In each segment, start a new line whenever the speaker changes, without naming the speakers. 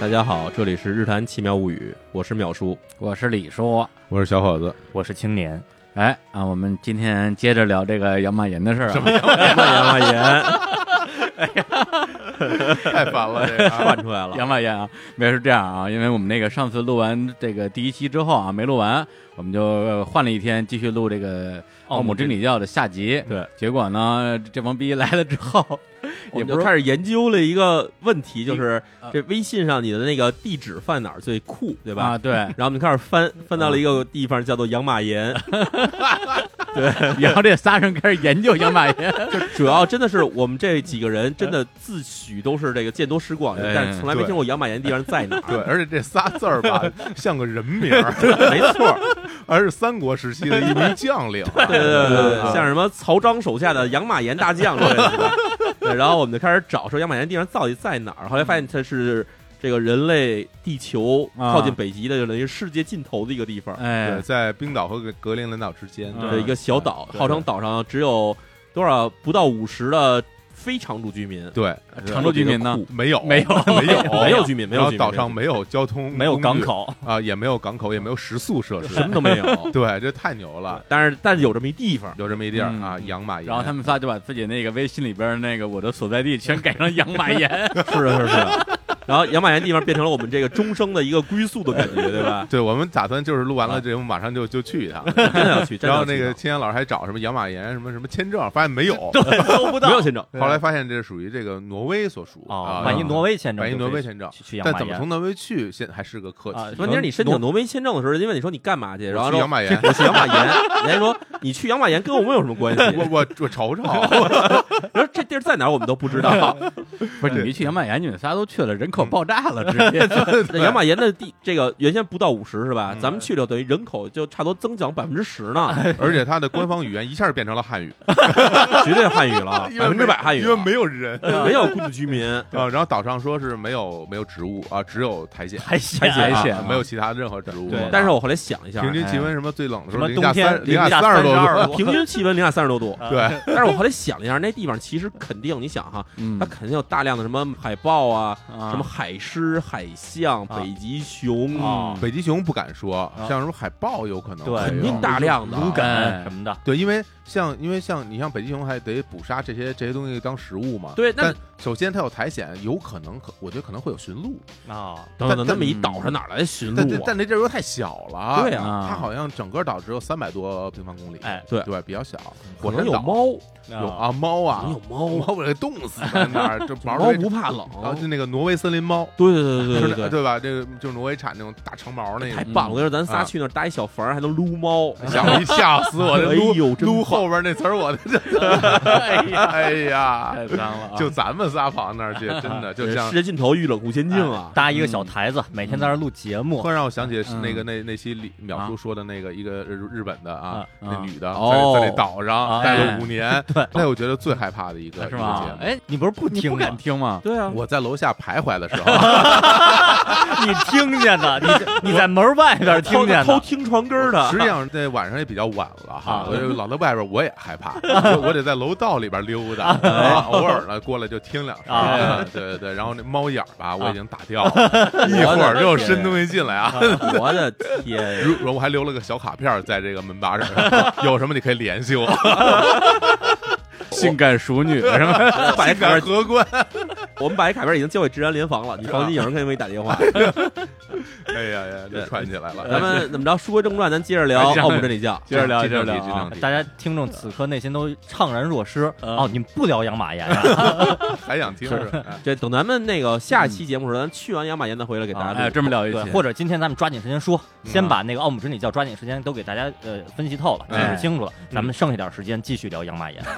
大家好，这里是《日谈奇妙物语》，我是淼叔，
我是李叔，
我是小伙子。
我是青年，
哎啊，我们今天接着聊这个养马岩的事儿、啊。
慢言慢言，
太烦了这个。
窜出来 了。
养马岩啊，没事这样啊，因为我们那个上次录完这个第一期之后啊，没录完，我们就呃换了一天继续录这个奥姆真理教的下集。
对，
结果呢，这帮逼来了之后，
我
也
们
不
就是开始研究了一个问题，就是
啊
这微信上你的那个地址放哪儿最酷，对吧？
啊，对，
然 后我们就开始翻，翻到了一个地方叫做养马岩，
然后这仨人开始研究 养马岩，
就主要真的是我们这几个人真的自诩都是这个见多识广的，
哎
但是从来没听过养马岩地方在哪儿。
对，而且这仨字儿吧，像个人名儿，
没错儿，
还是三国时期的一名将领啊。
对对对对，
啊
像什么曹彰手下的养马岩大将之类的。对，然后我们就开始找说养马岩地方到底在哪儿，后来发现它是这个人类地球
啊
靠近北极的，就等于世界尽头的一个地方，
哎
对，，在冰岛和格陵兰岛之间，
嗯
对，一个小岛，号称岛上只有多少不到五十的非常住居民，
对，
常州居民呢？
没有，
没有
没有，
没有。居民，没
然
有
后
居民，
岛上没有交通工具，
没有港口，
啊，也没有港口，也没有食宿设施。
什。么都没有
对，这太牛了，
但是但是有这么一地方，
有这么一地儿啊，
嗯
养马岩。
然后他们仨就把自己那个微信里边那个我的所在地全改成养马岩，
是的，是的。然后养马岩地方变成了我们这个终生的一个归宿的感觉，对吧？
对我们打算就是录完了节目，马上就就去一趟。
真的要去，真的
然后
要去
那
一
个
趟
青年老师还找什么养马岩什么什么签证，发现没 有。
搜不到
没有签证，
后来发现这是属于这个挪威所属
哦
啊，，
万一挪威签证就
万
可以
一
去，
挪威签证，
去去养
但
马
怎么
岩
从挪威去，现还是个课
啊
题。
问题是你申请挪威签证的时候，人家问你说你干嘛去，然后
我去
说
养马岩
我去养马岩，人家说你去养马岩跟我们有什么关系？
我我我瞅瞅，
然后这地儿在哪儿我们都不知道。
不是你一去养马岩，你们仨都去了，人口爆炸了，直接
那养马岩的地这个原先不到五十是吧？
嗯哎
咱们去了等于人口就差不多增长百分之十呢，
而且它的官方语言一下变成了汉语，
绝对汉语
啊
了，
因为
百分之百汉语
因为
了，
没有人
没有固定居民。
啊。然后岛上说是没有没有植物啊，只有苔藓，
还行
苔
啊
藓
没有其他任何植物
对。
但是我后来想一下，
啊平均气温什么最冷的时候
哎什
零
么
下
冬天
三零
零下
三十
32
多
平均气温零下三十多 度，
啊
对，
但是我后来想了一下，那地方其实肯定，你想哈，
嗯
它肯定有大量的什么海豹啊，
啊
什么海狮、海象、
啊
北极熊，
啊
北极熊不敢说，像什么海豹有可能
啊对
会有，
肯定大量的
芦
哎
根什么的，
对，因为像因为像你像北极熊还得捕杀这些这些东西当食物嘛。
对那
但首先它有苔藓，有可能可我觉得可能会有驯鹿，
啊，
等等，
但
那么一岛上哪来的驯鹿
但但
啊？
但这地儿又太小了。
对啊
它
啊，
好像整个岛只有三百多平方公里。
哎，
对
对，比较小。
嗯可
火
能
山
有
岛
猫，
有啊猫
可能
啊
有，猫，
猫我给冻死在那儿，就毛
猫
儿
不怕
啊，就
冷。
那个挪威森林猫，
对对对对
就是那
对
对吧？这个就是挪威产那种大长毛那
对，太
个。
棒了！我跟你说，咱仨
啊
去那儿搭一小房，还能撸猫，
吓我一吓死我！这
哎
撸
呦真
撸
棒
后边那词儿，我的
哎呀，
哎呀，
太脏了啊，
就咱们仨跑那儿去，真的就像
世界尽头遇冷酷仙境啊！
搭一个小台子，每天在那儿录节目
突，然让我想起是那个那那期李淼叔说的那个一个日日本的啊
啊，
那女的
哦
在在那岛上待
哎
了五年，那我觉得最害怕的一个
是
一个
吗？
节目
哎，
你不是不
你
听
不
吗？
敢 听吗？
对啊，
我在楼下徘徊的时候，啊
你听见的，你你在门外边听见
偷
的，
听床根儿的
实际上那晚上也比较晚了哈
啊，
我就老在外边我也害怕，我我得在楼道里边溜达，啊偶尔呢过来就听两声
啊，
对对对，然后那猫眼儿吧我已经打掉了，一会儿又伸东西进来啊。
我的天！
如如我还留了个小卡片儿在这个门把手上， 有什么你可以联系我。
性感熟女哎是吗？
把这卡
性
片
感荷 官，
我们把这卡片已经交给治安联防了，你放心，有人可以给你打电话。
哎呀呀，这串起来了。
咱们怎么着？书归正传，咱接着聊
哎
奥姆真理教。
接着聊，接着
这
聊
这
啊，
这
大家听众此刻内心都怅然若失。
嗯
哦，你们不聊养马岩啊？
还想听是 吧？
这等咱们那个下期节目的时候，咱去完养马岩再回 来给大家
哎，
录。
专门聊一
对，
期，
或者今天咱们抓紧时间说，
嗯
先把那个奥姆真理教抓紧时间都给大家呃分析透了，解
哎
释清楚了，咱们剩下点时间继续聊养马岩。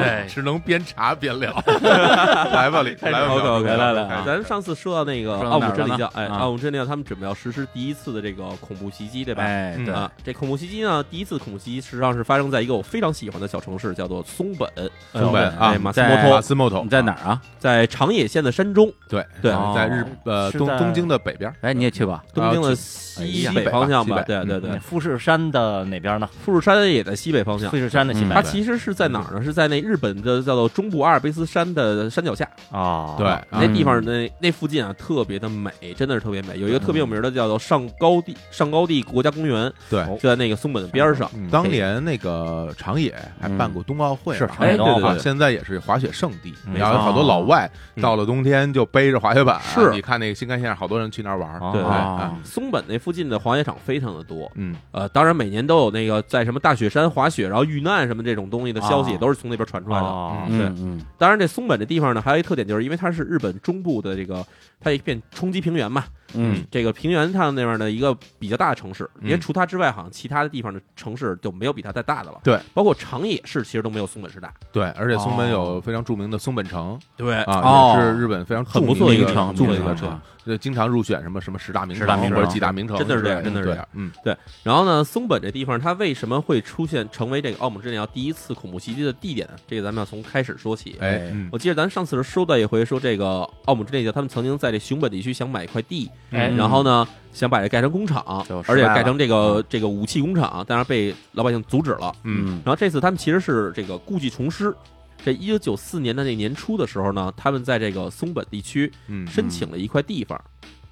对
只能边查边 聊。来吧，李，来吧
OK
表
OK，
哥
来来
啊
咱上次说到那个
说到
奥
哪
姆
儿
真理
了
教，
呢
哎，
啊
奥姆真理教他们准备要实施第一次的这个恐怖袭击，对吧？
哎，
嗯
对，
啊，这恐怖袭击呢，第一次恐怖袭击实际上是发生在一个我非常喜欢的小城市，叫做松本，
松本
哎
啊，
马斯
在
莫
马
托，
斯莫头
你在哪？儿啊？
在长野县的山中，
对
对
哦
在日呃
是
东
在
东京的北边，
哎，你也去吧，
东京
啊
的
西
西北
北吧
方向
西
吧，
北
对对
那
对，
富士山的哪边呢？
富士山也在西北方向
富。士山的西
嗯
北
它其实是在哪儿呢？是在那日日本的叫做中部阿尔卑斯山的山脚下，
哦
啊，
对，
那
啊
地方那那附近啊特别的美，真的是特别美。有一个特别有名的叫做上高地上高地国家公园，
对，
就在那个松本的边上。
嗯
当年那个长野还办过冬奥会嘛，
是长
嗯野冬奥会
哎对对对现在也是滑雪圣地，
嗯
然后好多老外
嗯
到了冬天就背着滑雪板，啊
是哦
你看那个新干线上好多人去那儿玩儿，
对
对，
啊
啊
松本那附近的滑雪场非常的多，
嗯，
呃，当然每年都有那个在什么大雪山滑雪，然后遇难什么这种东西的消息，
啊
也都是从那边传出来的。
啊
嗯
对
嗯
当然，这松本这地方呢，还有一特点，就是因为它是日本中部的这个，它一片冲击平原嘛，
嗯
这个平原上那边的一个比较大的城市，
嗯
因为除它之外，好像其他的地方的城市就没有比它再大的了。
对，
包括长野市其实都没有松本市大。
对，而且松本
哦
有非常著名的松本城
对
啊，
哦
也是日本非常著
哎很不
名
错的一个
的
城
著
不错
名
的
的
一个
城，就经常入选什么什么十大名
十大名
城或者
城
几大名城之
真
类，
的是这样真的是
对
这样，
嗯，
然后呢，松本这地方它为什么会出现成为这个奥姆真理教第一次恐怖袭击的地点呢？这个咱们要从开始说起。
哎
哎，
嗯
我记得咱上次说到一回，说这个奥姆真理教他们曾经在这熊本地区想买一块地，
哎
然后呢想把这盖成工厂
嗯就，失败
而
了嗯
且盖成这个这个武器工厂，但是被老百姓阻止了。
嗯，
然后这次他们其实是这个故技重施。这一九九四年的那年初的时候呢，他们在这个松本地区
嗯，
申请了一块地方，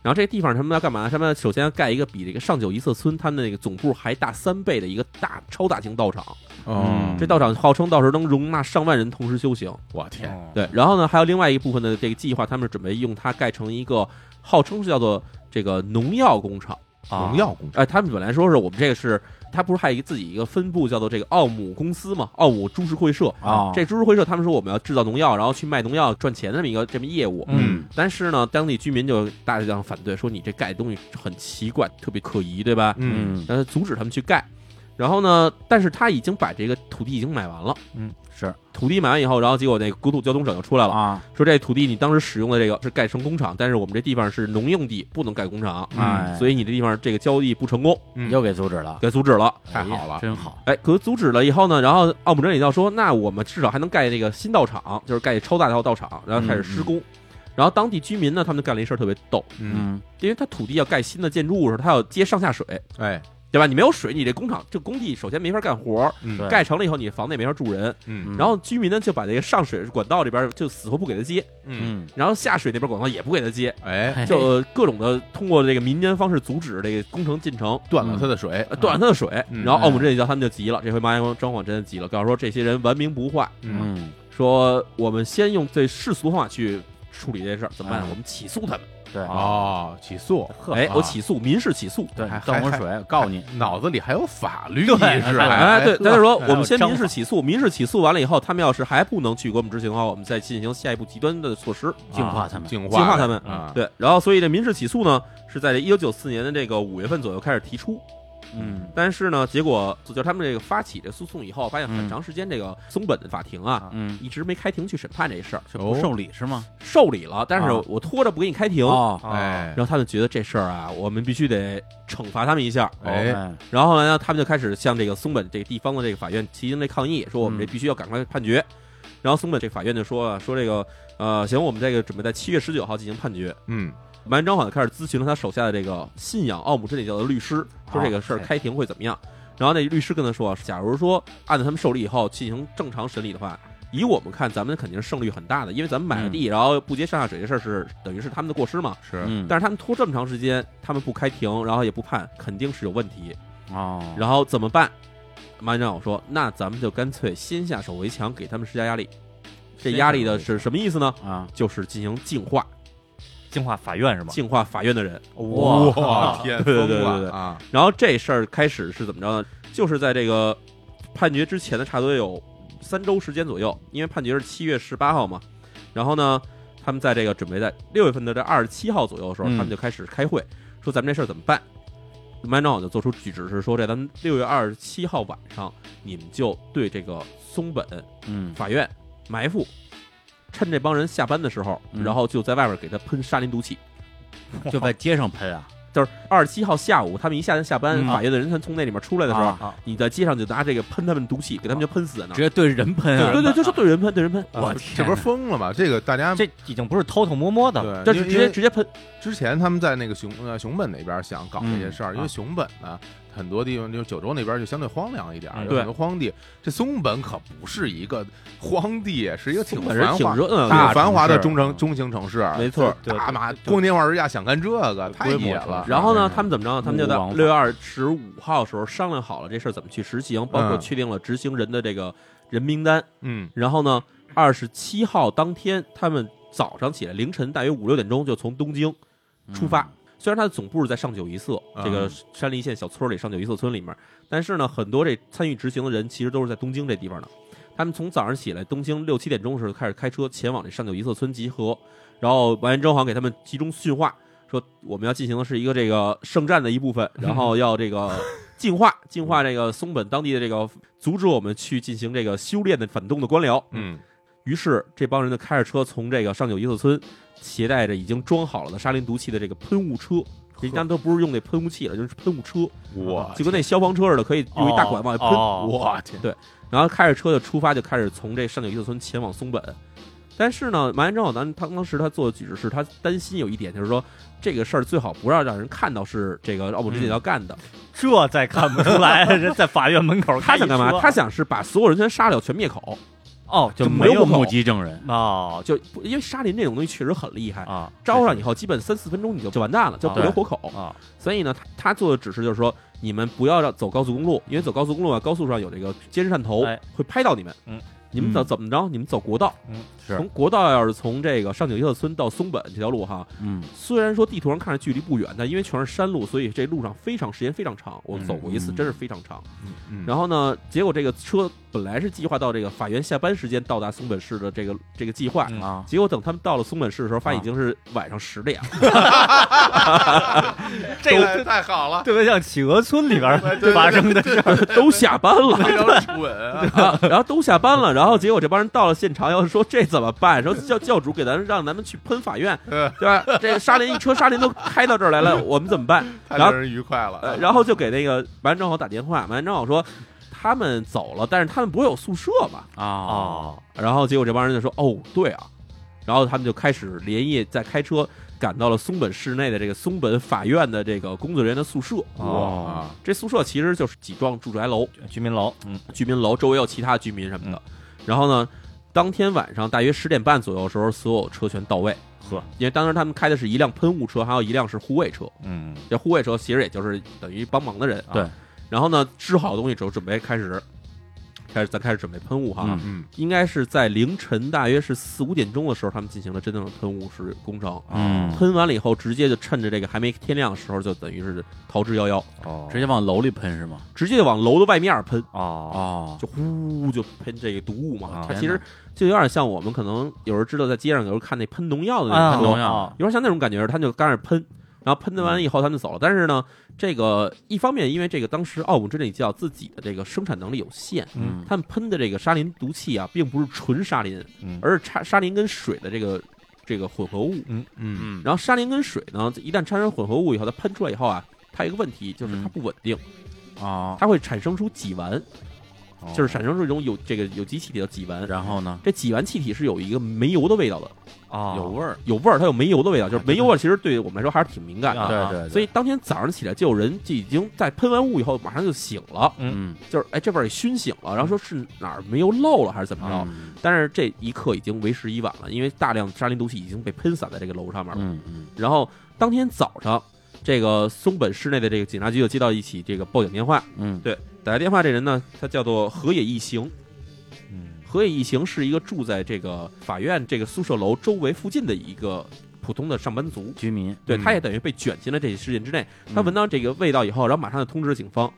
然后这地方他们要干嘛？他们首先要盖一个比这个上九一色村他们那个总部还大三倍的一个大超大型道场，
哦，
嗯
嗯
这道场号称到时候能容纳上万人同时修行。
我天，
哦
对，然后呢，还有另外一部分的这个计划，他们是准备用它盖成一个号称是叫做这个农药工厂。
哦
荣耀工程，
哎，他们本来说是我们这个是，他不是还有一个自己一个分部叫做这个奥姆公司嘛，奥姆株式会社。
啊
这株式会社他们说我们要制造农药，然后去卖农药赚钱的这么一个这么业务。
嗯
但是呢，当地居民就大量反对，说你这盖的东西很奇怪，特别可疑，对吧？
嗯
嗯
呃，阻止他们去盖。然后呢，但是他已经把这个土地已经买完了，
嗯是
土地买完以后，然后结果那个国土交通省就出来了，
啊
说这土地你当时使用的这个是盖成工厂，但是我们这地方是农用地，不能盖工厂，啊
哎，
所以你这地方这个交易不成功，
嗯
又给阻止了，
给阻止了。
太好
哎
了
呀真好
哎，可是阻止了以后呢，然后奥姆真理教说，那我们至少还能盖这个新道场，就是盖超大套道场，然后开始
嗯
施工。然后当地居民呢，他们就干了一事儿特别逗，
嗯，
因为他土地要盖新的建筑物的时，候，他要接上下水，
哎，
对吧？你没有水，你这工厂这工地首先没法干活儿，
嗯
对
盖成了以后，你房子也没法住人。
嗯
嗯
然后居民呢就把这个上水管道这边就死活不给他接，
嗯，
嗯
然后下水那边管道也不给他接，
哎，
就呃各种的通过这个民间方式阻止这个工程进程，
断了他的水
呃，断了他的水。
嗯
然后奥姆真理教他们就急了，这回麻阳张晃真的急了，告诉说这些人文明不化，
嗯，
嗯
说我们先用最世俗的方法去处理这事儿，怎么办呢？
嗯
我们起诉他们。
对
哦，起诉，
哎
啊，
我起诉，民事起诉。
对
还，
倒口
还
水告你，
脑子里还有法律意
对
识，啊
哎
哎，对，咱就说我们先
还有
民事起诉，民事起诉完了以后，他们要是还不能去给我们执行的话，我们再进行下一步极端的措施，
净化
哦
他们，
净
净化
化
他们。
啊，
对，然后所以这民事起诉呢，是在这一九九四年的这个五月份左右开始提出，
嗯
但是呢，结果就是他们这个发起这诉讼以后，发现很
嗯
长时间这个松本的法庭啊，
嗯，
一直没开庭去审判这事儿，
就不受理是吗？
受理了，但是
啊
我拖着不给你开庭。
哦
哎，
然后他们觉得这事儿啊，我们必须得惩罚他们一下。
哎
哎
然后哦呢，他们就开始向这个松本这个地方的这个法院提行这抗议，说我们这
嗯
必须要赶快判决。然后松本这个法院就说啊，说这个呃，行，我们这个准备在七月十九号进行判决。
嗯，
完章好像开始咨询了他手下的这个信仰奥姆真理教的律师，说这个事儿
好哎
开庭会怎么样。然后那律师跟他说，假如说按照他们受理以后进行正常审理的话，以我们看，咱们肯定是胜率很大的，因为咱们买了地，然后不接上下水这事儿是等于是他们的过失嘛。
是，
嗯，
但是他们拖这么长时间，他们不开庭，然后也不判，肯定是有问题。
哦，
然后怎么办？马院长我说，那咱们就干脆先下手为强，给他们施加压力。这压力的是什么意思呢？
啊，
就是进行净化，
净化法院是吗？
净化法院的人。
嗯哇
哇，天，
哦对对
疯
对
了
对对
啊，
然后这事儿开始是怎么着呢？就是在这个判决之前的差不多有三周时间左右，因为判决是七月十八号嘛。然后呢，他们在这个准备在六月份的这二十七号左右的时候，
嗯
他们就开始开会，说咱们这事儿怎么办。麦长就做出举止是说，这咱们六月二十七号晚上，你们就对这个松本
嗯
法院埋伏，趁这帮人下班的时候，
嗯
然后就在外面给他喷杀林毒气。
就在街上喷啊，
就是二十七号下午，他们一下下班，
嗯
法院的人全从那里面出来的时候，
啊
啊
你在街上就拿这个喷他们毒气，给他们就喷死在那儿
直。接对人喷啊，
对对，就是对人喷，对人喷，
我
这
天
这
哪，
不是疯了吗？这个大家
这已经不是偷偷摸摸的了，
对，
这
因
是直
为
接直接喷。
之前他们在那个熊呃熊本那边想搞这些事儿，
啊
嗯
因为熊本呢，很多地方就是九州那边就相对荒凉一点儿，
嗯
有
对
很多荒地。这松本可不是一个荒地，是一个挺
松本
繁
人
华
挺、热闹的，
挺
大
繁华啊的
城市
中城
嗯
中型城市。
没错。
对
大马
对
光天化日下想干这个，太
规模
野
城
了
市。
然后呢
嗯，
他们怎么着呢？他们就在
无王法
六月二十五号的时候商量好了这事儿怎么去实行，包括
嗯
确定了执行人的这个人名单。
嗯，
然后呢，二十七号当天，他们早上起来凌晨大约五六点钟就从东京出发。
嗯
虽然它的总部是在上九一社
嗯
这个山梨县小村里上九一社村里面，但是呢，很多这参与执行的人其实都是在东京这地方的。他们从早上起来，东京六七点钟的时候开始开车前往这上九一社村集合，然后完颜征好像给他们集中训话，说我们要进行的是一个这个圣战的一部分，然后要这个净化净化这个松本当地的这个阻止我们去进行这个修炼的反动的官僚。
嗯
于是这帮人就开着车从这个上九一色村，携带着已经装好了的沙林毒气的这个喷雾车，人家都不是用那喷雾器了，就是喷雾车，
嗯，我
就跟那消防车似的，可以用一大管往外喷。
啊哦
我天，
然后开着车就出发，就开始从这上九一色村前往松本。但是呢，麻原彰晃当他当时他做的举止是他担心有一点，就是说这个事儿最好不要让人看到是这个奥姆真
嗯
理要干的。
这再看不出 来，人在法院门口
他
开一
想干嘛？
车
他想是把所有人全杀掉，全灭口。
哦
就
就
没
没有
有
户口
目击证人，
哦
就不因为沙林这种东西确实很厉害，
啊
招上以后基本三四分钟你就就完蛋了，就不留活口。
啊
所以呢，他他做的指示就是说，你们不要让走高速公路，因为走高速公路啊，高速上有这个监视探头，
哎
会拍到你们。
嗯，
你们走
嗯
怎么着？你们走国道。
嗯，
是
从国道要是从这个上井秀村到松本这条路哈，
嗯，
虽然说地图上看着距离不远，但因为全是山路，所以这路上非常时间非常长。我
嗯
走过一次，
嗯
真是非常长。
嗯
然后呢，结果这个车本来是计划到这个法院下班时间到达松本市的这个这个计划，
嗯
啊，
结果等他们到了松本市的时候，发现已经是晚上十点了。
这个
太好了，
特别像企鹅村里边
对对
发生的事儿，
都下班了，
非常蠢啊！
啊，然后都下班了，然后结果这帮人到了现场，要说这怎么办？说教教主给咱让咱们去喷法院，
嗯
对吧？这沙林一车沙林都开到这儿来了，我们怎么办？
太
然后
令人愉快了。啊
呃，然后就给那个完正好打电话，完正好说他们走了，但是他们不会有宿舍吧？
啊，
哦
然后结果这帮人就说哦，对啊，然后他们就开始连夜在开车赶到了松本市内的这个松本法院的这个工作人员的宿舍。
哦，
啊，
这宿舍其实就是几幢住宅楼，
居民楼，嗯
居民楼，周围有其他居民什么的。
嗯
然后呢，当天晚上大约十点半左右的时候，所有车全到位。
呵，
因为当时他们开的是一辆喷雾车，还有一辆是护卫车。
嗯
这护卫车其实也就是等于帮忙的人啊。
对。
然后呢，支好东西之后，准备开始，开始咱开始准备喷雾哈。
嗯
嗯
应该是在凌晨大约是四五点钟的时候，他们进行了真正的喷雾式工程。
嗯，
喷完了以后，直接就趁着这个还没天亮的时候，就等于是逃之夭夭，
哦
直接往楼里喷是吗？
直接往楼的外面喷。
哦
哦，
就呼就喷这个毒雾嘛
啊。
它其
天
实
哪
就有点像我们可能有人知道在街上有人看那喷农药的那
啊
种喷
农
头，
药
哦嗯
有点像那种感觉，他就刚开始喷。然后喷的完以后，他们就走了。但是呢，这个一方面因为这个当时奥姆真理教自己的这个生产能力有限，
嗯
他们喷的这个沙林毒气啊，并不是纯沙林，
嗯
而是沙沙林跟水的这个这个混合物。
嗯
嗯，
然后沙林跟水呢，一旦产生混合物以后，它喷出来以后啊，它有一个问题就是它
嗯
不稳定，
啊，
它会产生出己烷，
哦
哦就是产生出一种有这个有机气体的己烷。
然后呢？
这己烷气体是有一个煤油的味道的，
哦
有味儿，
有味儿，它有煤油的味道，
啊
就是煤油味儿其实对我们来说还是挺敏感
啊
的。
对对，
所以当天早上起来，就有人就已经在喷完雾以后马上就醒了，
嗯，
就是哎这味儿给熏醒了，然后说是哪儿没有漏了还是怎么着。
嗯
但是这一刻已经为时已晚了，因为大量沙林毒气已经被喷洒在这个楼上面了。
嗯嗯，
然后当天早上，这个松本市内的这个警察局就接到一起这个报警电话，
嗯
对，打来电话这人呢，他叫做河野一行，
嗯
河野一行是一个住在这个法院这个宿舍楼周围附近的一个普通的上班族，
居民，
对，
嗯
他也等于被卷进了这起事件之内。他
嗯
闻到这个味道以后，然后马上就通知了警方。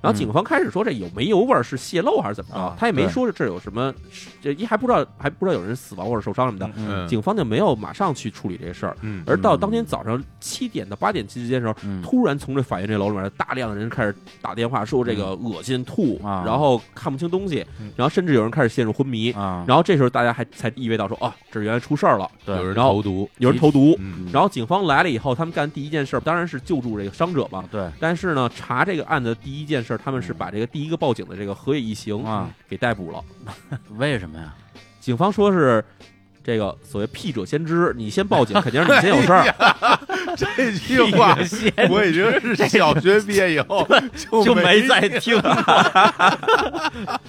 然后警方开始说这有煤油味儿是泄漏还是怎么着
啊，
他也没
对
说这有什么，这一还不知道还不知道有人死亡或者受伤什么的，
嗯
警方就没有马上去处理这事儿。
嗯
而到当天早上七点到八点之间的时候，
嗯
突然从这法院这楼里面，大量的人开始打电话说这个恶心吐，
啊
然后看不清东西
嗯，
然后甚至有人开始陷入昏迷。
啊，
然后这时候大家还才意味到说，哦、这原来出事儿了，
对
有人
然后
投毒，
有人投毒。
嗯
然后警方来了以后，他们干第一件事儿当然是救助这个伤者嘛。
嗯对
但是呢，查这个案子的第一件事儿，他们是把这个第一个报警的这个河野一行
啊
给逮捕了。
为什么呀？
警方说是这个所谓屁者先知，你先报警，肯定是你先有事儿。
这句话我已经是小学毕业以后
就
就
没再 听。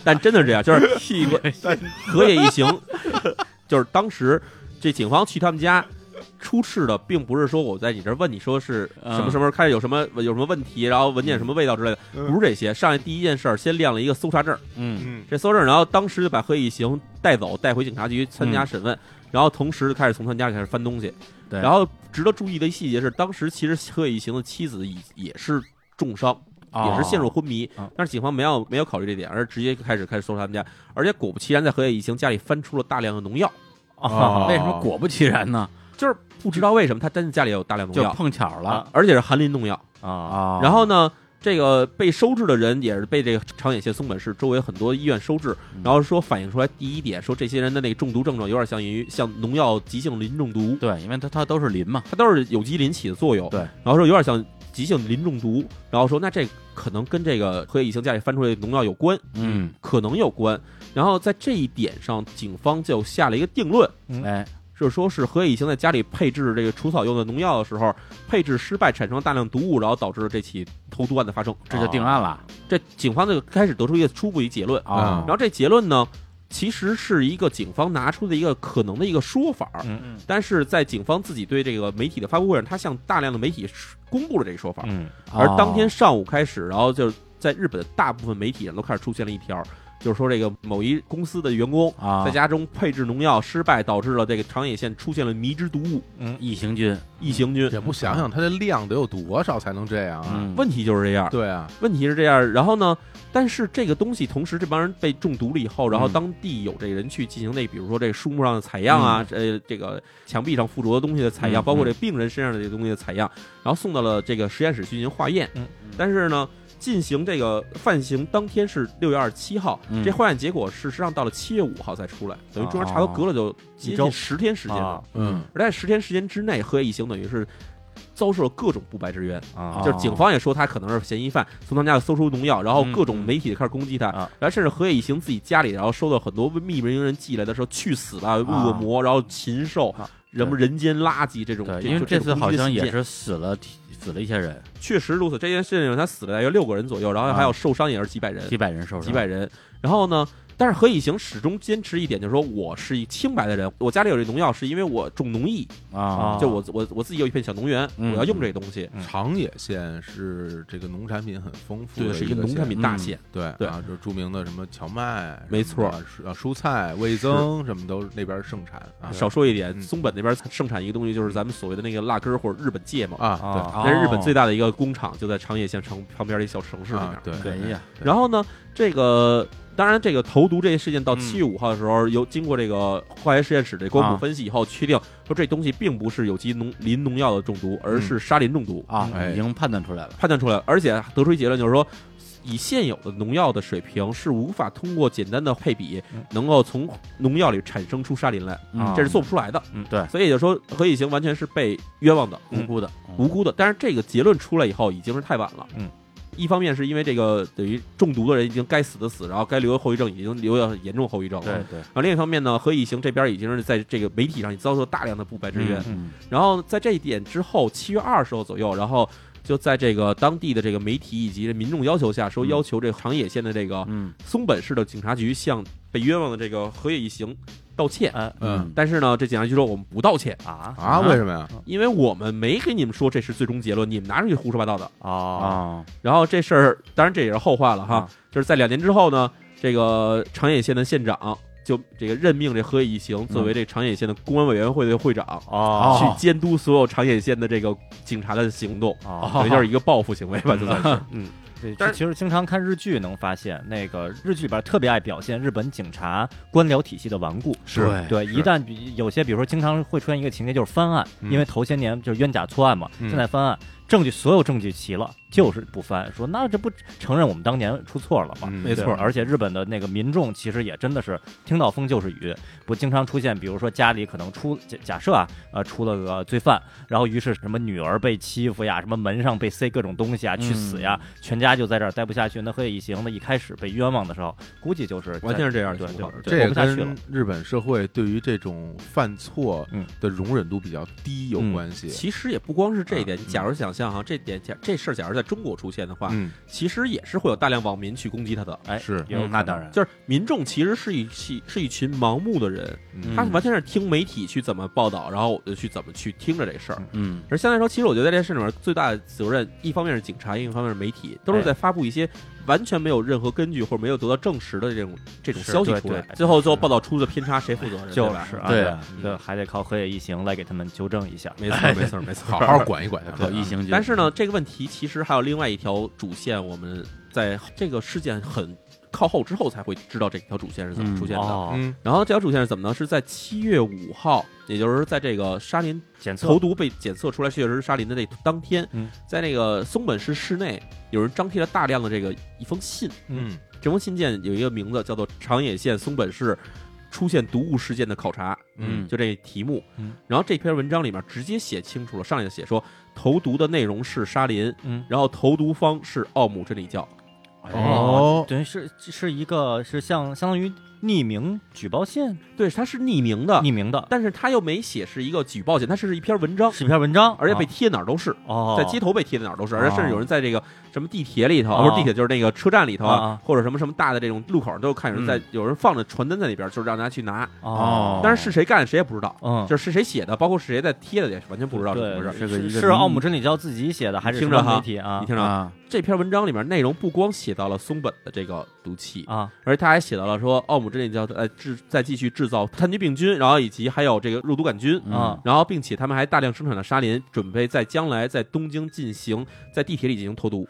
但真的是这样，就是
屁股
河野一行， 就是当时这警方去他们家出示的，并不是说我在你这儿问你说是什么什么开始有什么有什么问题，然后文件什么味道之类的，
嗯
不是这些。上来第一件事儿，先亮了一个搜查证，
嗯
嗯
这搜证，然后当时就把河野一行带走，带回警察局参加审问，然后同时开始从他们家里开始翻东西。
对
然后值得注意的细节是，当时其实河野一行的妻子已也是重伤，
啊
也是陷入昏迷，
哦
但是警方没有没有考虑这点，而是直接开始开始搜查他们家，而且果不其然，在河野一行家里翻出了大量的农药，
啊为什么果不其然呢？
就是不知道为什么他真的家里有大量农
就
药，
碰巧了
而且是含磷农药。
啊
啊。
然后呢，这个被收治的人也是被这个长野县松本市周围很多医院收治，
嗯
然后说反映出来第一点，说这些人的那个中毒症状有点像于像农药急性磷中毒，
对，因为它它都是磷嘛，
它都是有机磷起的作用。
对，
然后说有点像急性磷中毒，然后说那这可能跟这个河野一行家里翻出来的农药有关，
嗯，
可能有关。然后在这一点上，警方就下了一个定论。
哎，
就是说，是河野一行在家里配置这个除草用的农药的时候，配置失败，产生了大量毒物，然后导致了这起投毒案的发生。
这就定案了
这警方就开始得出一个初步一结论。
啊
然。后这结论呢，其实是一个警方拿出的一个可能的一个说法，
嗯
但是在警方自己对这个媒体的发布会上，他向大量的媒体公布了这个说法。
嗯
而
哦
当天上午开始，然后就是在日本的大部分媒体上都开始出现了一条，就是说这个某一公司的员工
啊，
在家中配置农药失败，导致了这个长野县出现了迷之毒物
嗯，
异形菌，
异形菌。
也不想想它的量得有多少才能这样啊？
嗯，
问题就是这样，
对啊，
问题是这样。然后呢，但是这个东西同时这帮人被中毒了以后，然后当地有这人去进行那，比如说这个树木上的采样啊，这这个墙壁上附着的东西的采样，
嗯
包括这病人身上的这个东西的采样，然后送到了这个实验室进行化验。
嗯
但是呢。进行这个犯行当天是六月二十七号，
嗯
这化验结果事实上到了七月五号才出来，等于中间差不多隔了就接
一周
近十天时间了。
啊
嗯
而在十天时间之内，河野一行等于是遭受了各种不白之冤，
啊
就是警方也说他可能是嫌疑犯，从他们家搜出农药，然
嗯
后各种媒体开始攻击他，
啊
然后甚至河野一行自己家里，然后收到很多匿名人寄来的说去死吧，
啊
恶魔，然后禽兽
啊。
什么人间垃圾这种，
对，
这
因为
就
这
这
次好像也
是
是死了死了一些人，
确实如此。这件事情他死了大约六个人左右，然后还有
啊
受伤也是几百人，
几百人受伤，
几百人。然后呢，但是何以行始终坚持一点，就是说我是一清白的人，我家里有这农药是因为我种农艺，
啊，
就我我我自己有一片小农园，
嗯
我要用这东西。
嗯
长野县是这个农产品很丰富
对，
的
是一
个
个农
县
产品
嗯
大县，
对
对
啊，就是著名的什么荞麦，
没错
什么的，啊蔬菜、味增什么都那边盛产啊
少说一点，
嗯
松本那边盛产一个东西，就是咱们所谓的那个辣根儿或者日本芥末。
啊，
那是日本最大的一个工厂，就在长野县城旁边的一小城市
对
里面。
啊对，
哎呀，
对
然后呢，这个当然这个投毒这件事件到
嗯
七月五号的时候，由经过这个化学实验室这光
啊
谱分析以后，确定说这东西并不是有机农磷农药的中毒，而
嗯
是沙林中毒。
啊
哎，
已经判断出来了，
判断出来了，而且得出一结论，就是说，以现有的农药的水平是无法通过简单的配比
嗯，
能够从农药里产生出沙林来，
嗯
这是做不出来的。
嗯
对
所以也就是说，何以行完全是被冤枉的、
嗯
无辜的、
嗯
无辜的。但是这个结论出来以后，已经是太晚了。
嗯。
一方面是因为这个等于中毒的人已经该死的死，然后该留的后遗症已经留下严重后遗症了。
对
然
对，
后另一方面呢，何以行这边已经是在这个媒体上遭受大量的不白之冤，
嗯
然后在这一点之后，七月二十号左右，然后就在这个当地的这个媒体以及民众要求下，说
嗯
要求这长野县的这个
嗯
松本市的警察局向被冤枉的这个河野一行道歉。
嗯
嗯
但是呢，这警察局说我们不道歉，
啊
啊，为什么呀？
因为我们没给你们说这是最终结论，你们拿出去胡说八道的。
啊
啊
然后这事儿，当然这也是后话了哈，
嗯
啊
就是在两年之后呢，这个长野县的县长就这个任命这河野一行作为这长野县的公安委员会的会长。
嗯哦
去监督所有长野县的这个警察的行动，
哦
等于就是一个报复行为吧，就算 是。
对，
但是
这其实经常看日剧能发现，那个日剧里边特别爱表现日本警察官僚体系的顽固。
是
对
对，
是
一旦比有些，比如说经常会出现一个情节，就是翻案，
嗯
因为头些年就是冤假错案嘛，
嗯
现在翻案，证据所有证据齐了，就是不翻，说那这不承认我们当年出错了吗？
嗯
没错
对而且日本的那个民众其实也真的是听到风就是雨，不经常出现，比如说家里可能出假假设啊，呃，出了个罪犯，然后于是什么女儿被欺负呀，什么门上被塞各种东西啊，去死
嗯
呀，全家就在这儿待不下去。那黑一行的一开始被冤枉的时候，估计就是在
完全是这样的
对
情
对
况
对，
这
活
也
不下去了
跟。日本社会对于这种犯错
嗯
的容忍度比较低有
嗯
关系。
其实也不光是这一点，
嗯
你假如想象哈，这点假这事儿假如在中国出现的话，
嗯，
其实也是会有大量网民去攻击他的。
哎，
是
也有
嗯那
可能
当然，
就是民众其实是一群是一群盲目的人，
嗯
他完全是听媒体去怎么报道，然后我就去怎么去听着这事儿。
嗯
而相对来说，其实我觉得在这事里面最大的责任，一方面是警察，另一方面是媒体，都
哎
是在发布一些完全没有任何根据或者没有得到证实的这种这种
是
消息
对
出来
对，
最后最后报道出的偏差谁负责任？
就
对吧
是啊，
对
啊，这还得靠黑夜一行来给他们纠正一下。
没
嗯
错没错没错，
好好啊管一管他
有
们。
异形就，
哎但是呢，这个问题其实还有另外一条主线，我们在这个事件很靠后之后才会知道这条主线是怎么出现的。
哦，
嗯，
然后这条主线是怎么呢？是在七月五号，也就是在这个沙林
检测
投毒被检测出来确实是沙林的这当天，
嗯
在那个松本市市内，有人张贴了大量的这个一封信，
嗯，
这封信件有一个名字叫做《长野县松本市出现毒物事件的考察》，
嗯
就这题目。
嗯
然后这篇文章里面直接写清楚了，上来就写说投毒的内容是沙林，
嗯，
然后投毒方是奥姆真理教，
哦
哎等于是是一个是像相当于匿名举报信，
对，他是匿名的，
匿名的，
但是他又没写是一个举报信，他是一篇文章，
是一篇文章，
而且被
啊
贴哪儿都是。
哦
在街头被贴的哪儿都是，
哦
而且甚至有人在这个什么地铁里头，
哦
啊不是地铁，就是那个车站里头
啊
啊
啊，嗯
或者什么什么大的这种路口，都看有人在有人放着传单在那边，就是让大家去拿。
哦，
但是是谁干的谁也不知道，
嗯，
就是是谁写的，包括是谁在贴的，也是完全不知哦道是怎么回事。
对
是个一个
是奥姆真理教自己写的还是
听
什么
着哈
媒体啊
你听着，
啊，
这篇文章里面内容不光写到了松本的这个毒气，
啊
而且他还写到了说奥姆真理教呃制再继续制造炭疽病菌，然后以及还有这个肉毒杆菌，
嗯
啊
然后并且他们还大量生产了沙林，准备在将来在东京进行在地铁里进行投毒。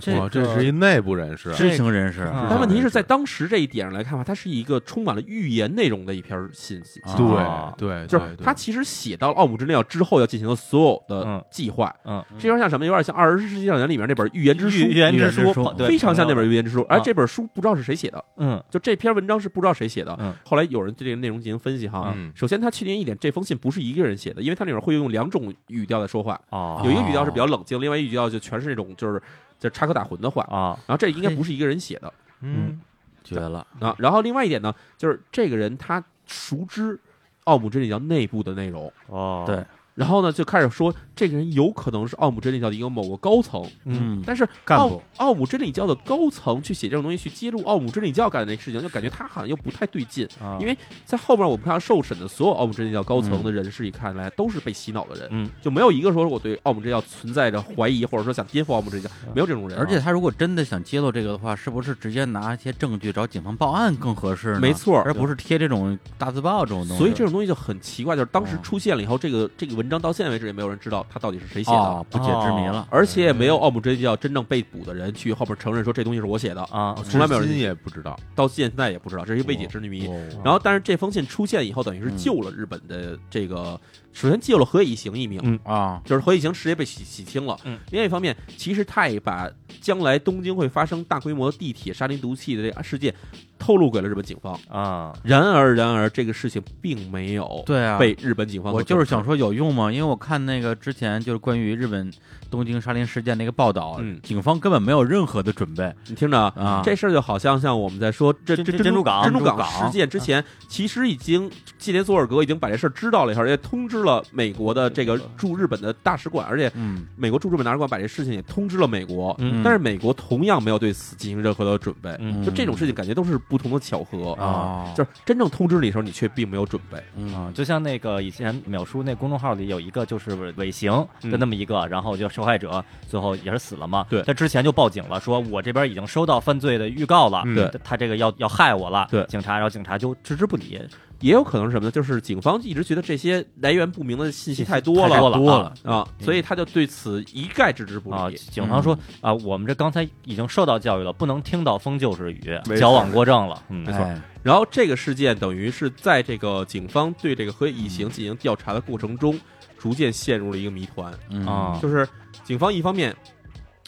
这
哇，
个
这是一内部人士啊，
知情人士，
啊
但
他
问题是在当时这一点上来看的话，它是一个充满了预言内容的一篇信息，
啊
对对，
就是
对
它其实写到了奥姆真理教之后要进行的所有的
嗯
计划。
嗯，
这有点像什么？有点像《二十世纪少年》里面那本《预言之书
预》，言
之
之
书
书，对，
非常像那本《预言之书》。哎而
啊
这本书不知道是谁写的，
嗯
就这篇文章是不知道谁写的。
嗯
后来有人对这个内容进行分析哈。
嗯
首先，他确定一点，这封信不是一个人写的，因为它里面会用两种语调在说话，
哦
有一个语调是比较冷静，另外一个语调就全是那种就是就是插科打诨的话。
啊
然后这应该不是一个人写的，
嗯
绝了，
啊，然后另外一点呢，就是这个人他熟知奥姆真理教内部的内容，
哦
对
然后呢就开始说这个人有可能是奥姆真理教的一个某个高层，
嗯，
但是
干
奥
部
奥姆真理教的高层去写这种东西去揭露奥姆真理教干的那事情，就感觉他好像又不太对劲。
啊
因为在后面我们看到受审的所有奥姆真理教高层
嗯
的人士，一看来都是被洗脑的人，
嗯
就没有一个说我对奥姆真理教存在着怀疑，或者说想颠覆奥姆真理教，没有这种人啊、
嗯而且他如果真的想揭露这个的话，是不是直接拿一些证据找警方报案更合适呢？
没错
而不是贴这种大字报这种东西。
所以这种东西就很奇怪，就是当时
哦
出现了以后，这个这个文章到现在为止也没有人知道他到底是谁写的，
啊不解之谜了。
而且也没有
嗯
奥姆真理教真正被捕的人去后边承认说这东西是我写的，
啊
嗯
从来没有人
至今也不知道，
到现在也不知道，这是一个未解之谜。
哦
然后，但是这封信出现以后，等于
嗯
是救了日本的这个，首先救了河野一行一命。
嗯
啊，
就是河野行直接被洗洗清了。
嗯
另外一方面，其实他也把将来东京会发生大规模地铁沙林毒气的这个事件透露给了日本警方。
啊
然而，然而这个事情并没有
对啊，
被日本警方所
我
证
就
实。
是想说有用吗？因为我看那个之前就是关于日本东京沙林事件那个报道，
嗯
警方根本没有任何的准备
你听着啊，
啊。
这事儿就好像像我们在说这这
珍
这
珍珍珠港啊
珍珠港
珍珠港
事件之前，其实已经基连索尔格已经把这事儿知道了一下，也通知了美国的这个驻日本的大使馆，而且
嗯，
美国驻日本大使馆把这事情也通知了美国，
嗯
但是美国同样没有对此进行任何的准备。
嗯
就这种事情，感觉都是不同的巧合
啊
就是真正通知你的时候，你却并没有准备。
嗯
啊，就像那个以前淼叔那公众号里有一个就是尾行
嗯
的那么一个，然后就受害者最后也是死了嘛。
对
他之前就报警了，说我这边已经收到犯罪的预告了，
嗯
对
他这个要要害我了。
对
警察，然后警察就置之不理，
也有可能是什么呢？就是警方一直觉得这些来源不明的信息太多
太
了
多
多
了嗯
了
啊，所以他就对此一概置之不
啊！
理。嗯
警方说啊，我们这刚才已经受到教育了，不能听到风就是雨
没，错
矫枉过正了。嗯，
没错
哎
然后这个事件等于是在这个警方对这个河野一行进行调查的过程中，逐渐陷入了一个谜团。
嗯
啊
就是警方一方面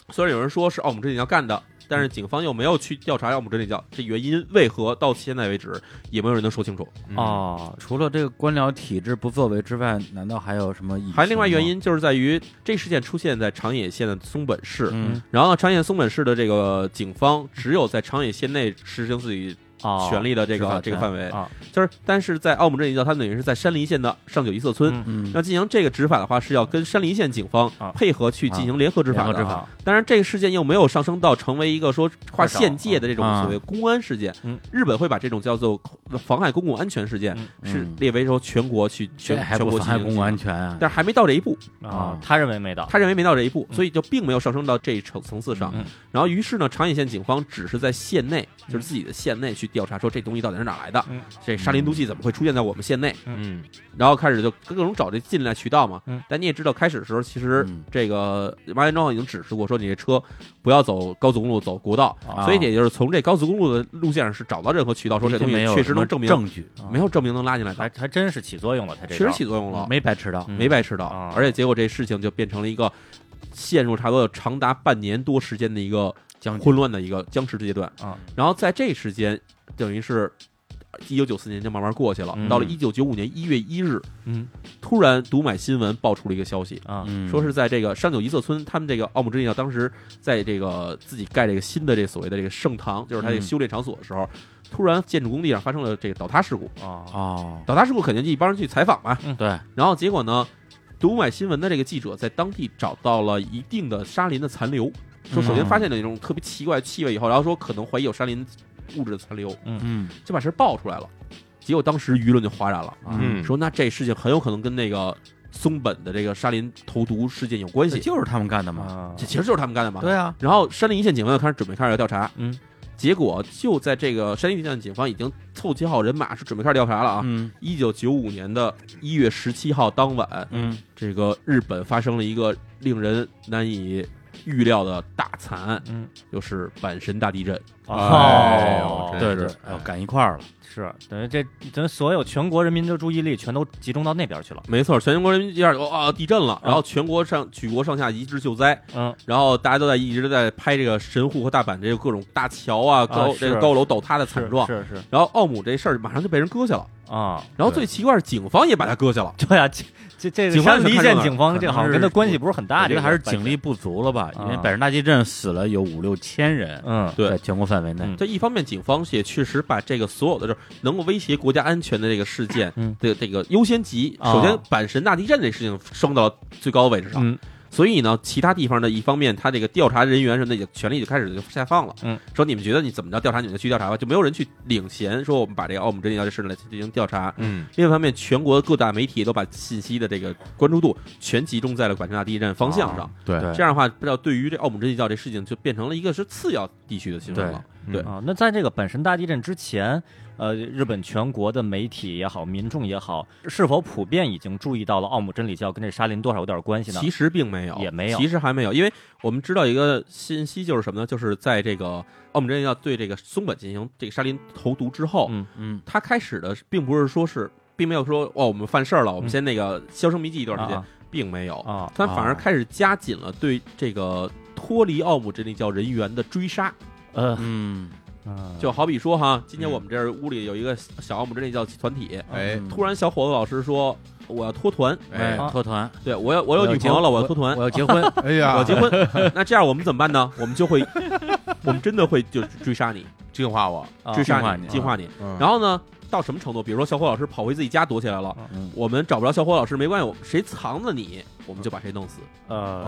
虽然有人说是哦奥姆真理教干的，但是警方又没有去调查奥姆真理教，这原因为何到现在为止也没有人能说清楚。
啊，
哦，
除了这个官僚体制不作为之外，难道还有什么？
还有另外原，因就是在于这事件出现在长野县的松本市，
嗯
然后呢，长野松本市的这个警方只有在长野县内实行自己
哦，
嗯权力的这个、
哦
这个范围，
啊
就是但是在奥姆真理教，他们等于是在山梨县的上九一色村。
嗯
嗯，
要进行这个执法的话，是要跟山梨县警方
啊
配合去进行联合执法
联合
的。
执法
当然，这个事件又没有上升到成为一个说跨县界的这种
啊
所谓公安事件。
嗯
日本会把这种叫做妨碍公共安全事件，
嗯
是列为说全国去全
这还
全
不
国
妨碍
进行
公共安全啊？
但是还没到这一步，嗯
啊，他认为没到，
他认为没到这一步，
嗯
所以就并没有上升到这一层层次上。
嗯
然后，于是呢，长野县警方只是在县内，
嗯
就是自己的县内去调查，说这东西到底是哪来的，
嗯
这沙林毒气怎么会出现在我们县内？
嗯
然后开始就各种找这进来渠道嘛。
嗯
但你也知道，开始的时候其实
嗯
这个麻原彰已经指示过，说你这车不要走高速公路，走国道。
啊
所以也就是从这高速公路的路线上是找到任何渠道，说这东西
没有
确实
什么
能证明，
证据，
啊
没有证明能拉进来的
还，还真是起作用了，他这
确实
招
起作用了，
啊没白吃到。
嗯
没白吃到。
啊
而且结果这事情就变成了一个陷入差不多有长达半年多时间的一个
将军
混乱的一个僵持的阶段。
啊
然后在这时间，等于是一九九四年就慢慢过去了。
嗯
到了一九九五年一月一日，
嗯
突然读买新闻爆出了一个消息，
啊
嗯
说是在这个山九一色村，他们这个奥姆真理教当时在这个自己盖这个新的这所谓的这个圣堂，就是他这个
嗯
修炼场所的时候，突然建筑工地上发生了这个倒塌事故。
啊嗯
哦，
倒塌事故肯定就一帮人去采访嘛，
对，
然后结果呢，读买新闻的这个记者在当地找到了一定的沙林的残留，说首先发现了一种特别奇怪的气味以后，然后说可能怀疑有沙林物质的残留，
嗯
就把事儿爆出来了。结果当时舆论就哗然了，
啊
嗯，
说那这事情很有可能跟那个松本的这个沙林投毒事件有关系，
就是他们干的嘛。
啊
这其实就是他们干的嘛。
对。啊，
然后山林一线警方就开始准备开始要调查，
嗯，
结果就在这个山林一线警方已经凑齐好人马，是准备开始调查了啊。
嗯
一九九五年的一月十七号当晚，
嗯
这个日本发生了一个令人难以预料的大惨案，
嗯
就是阪神大地震。
哎呦
哦
真
对对
是，
哎呦赶一块儿了。
是等于这等于所有全国人民的注意力全都集中到那边去了，
没错，全国人民一下就啊、地震了，然后全国上举国上下一致救灾，
嗯
然后大家都在一直在拍这个神户和大阪这个各种大桥啊、高、
是
这个高楼倒塌的
是
惨状。
是是
然后奥姆这事儿马上就被人搁下了，
啊，
然后最奇怪是警方也把他搁下了。
对啊，这这这个
警方
山梨
是看
县
中了
警方
可
这
能
好像跟
是
他关系不是很大，
我觉
这
得
个
还是
办事
警力，不足了吧？因为
啊
阪神大地震死了有五六千人，
嗯
对
在全国范围内
嗯。
这一方面，警方也确实把这个所有的就是能够威胁国家安全的这个事件
嗯
的这个优先级，
啊
首先阪神大地震这事情升到了最高位置上。
嗯
所以呢，其他地方的一方面，他这个调查人员什么的权力就开始就下放了。
嗯，
说你们觉得你怎么着调查，你们就去调查吧，就没有人去领衔说我们把这个奥姆真理教这事来进行调查。
嗯
另一方面，全国各大媒体都把信息的这个关注度全集中在了管镇大地震方向上。
对
对
这样的话，不知道对于这奥姆真理教这事情就变成了一个是次要地区的新闻了。对
啊，那在这个阪神大地震之前，呃，日本全国的媒体也好，民众也好，是否普遍已经注意到了奥姆真理教跟这沙林多少有点关系呢？
其实并没有，
也没有
其实还没有，因为我们知道一个信息就是什么呢？就是在这个奥姆真理教对这个松本进行这个沙林投毒之后，
嗯
嗯
他开始的并不是说是，并没有说哦，我们犯事儿了，我们
嗯
先那个销声匿迹一段时间，
啊
并没有，
啊
他反而开始加紧了对这个脱离奥姆真理教人员的追杀。
呃，
嗯，
嗯
就好比说哈，今天
嗯
我们这儿屋里有一个小奥姆真理教团体，
哎
嗯
突然小伙子老师说我要脱团，
哎
啊
脱团，
对我要我有女朋友了，我要脱团
我。要结婚。
哎呀，
我结婚， 那这样我们怎么办呢？我们就会，我们真的会就追杀你，
净化我，
啊
追
净
杀
化
你，
你
净化你。
然
然后呢，到什么程度？比如说小伙老师跑回自己家躲起来了，
嗯
我们找不着小伙老师没关系，我们谁藏着你，我们就把谁弄死。
呃，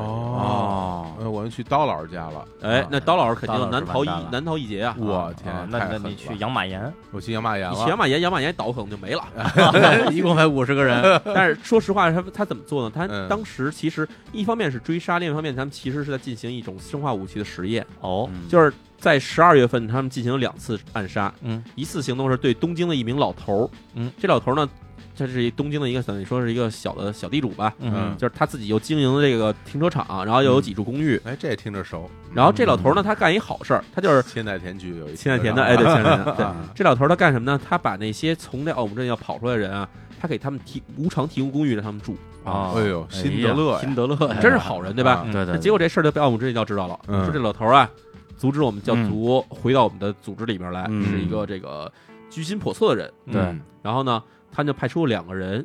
哦
呃，我们去刀老师家了。
哎
啊，
那刀老师肯定
刀老师
难逃一
完蛋了
难逃一劫啊！
我
啊
天，太
那那
狠
你
了
去，养马岩
我去养马岩
你
了。
去养马岩，养马岩倒可能就没了。
一共才五十个人。
但是说实话，他他怎么做呢？他
嗯
当时其实一方面是追杀，另一方面他们其实是在进行一种生化武器的实验，
哦，
是
就是在十二月份他们进行了两次暗杀，
嗯
一次行动是对东京的一名老头儿，
嗯，
这老头儿呢，这是一东京的一个等于说是一个小的小地主吧，
嗯
就是他自己又经营这个停车场，然后又有几处公寓，
哎，这也听着熟。嗯
然后这老头儿呢，他干一好事儿，他就是
千代田区有一
哎现在田的，哎，对，现在田的，对
啊，
这老头儿他干什么呢？他把那些从这奥姆镇要跑出来的人啊，他给他们提无偿提供公寓让他们住，
啊
哎呦，辛德勒呀，
辛德勒呀，
真是好人对吧？
啊对
那
对，
结果这事儿就被奥姆真理教知道了，
嗯
说这老头儿啊，阻止我们教
嗯
族回到我们的组织里边来，
嗯
是一个这个居心叵测的人。
对
嗯
然后呢，他就派出两个人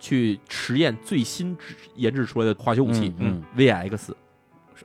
去实验最新制研制出来的化学武器、
嗯
VX。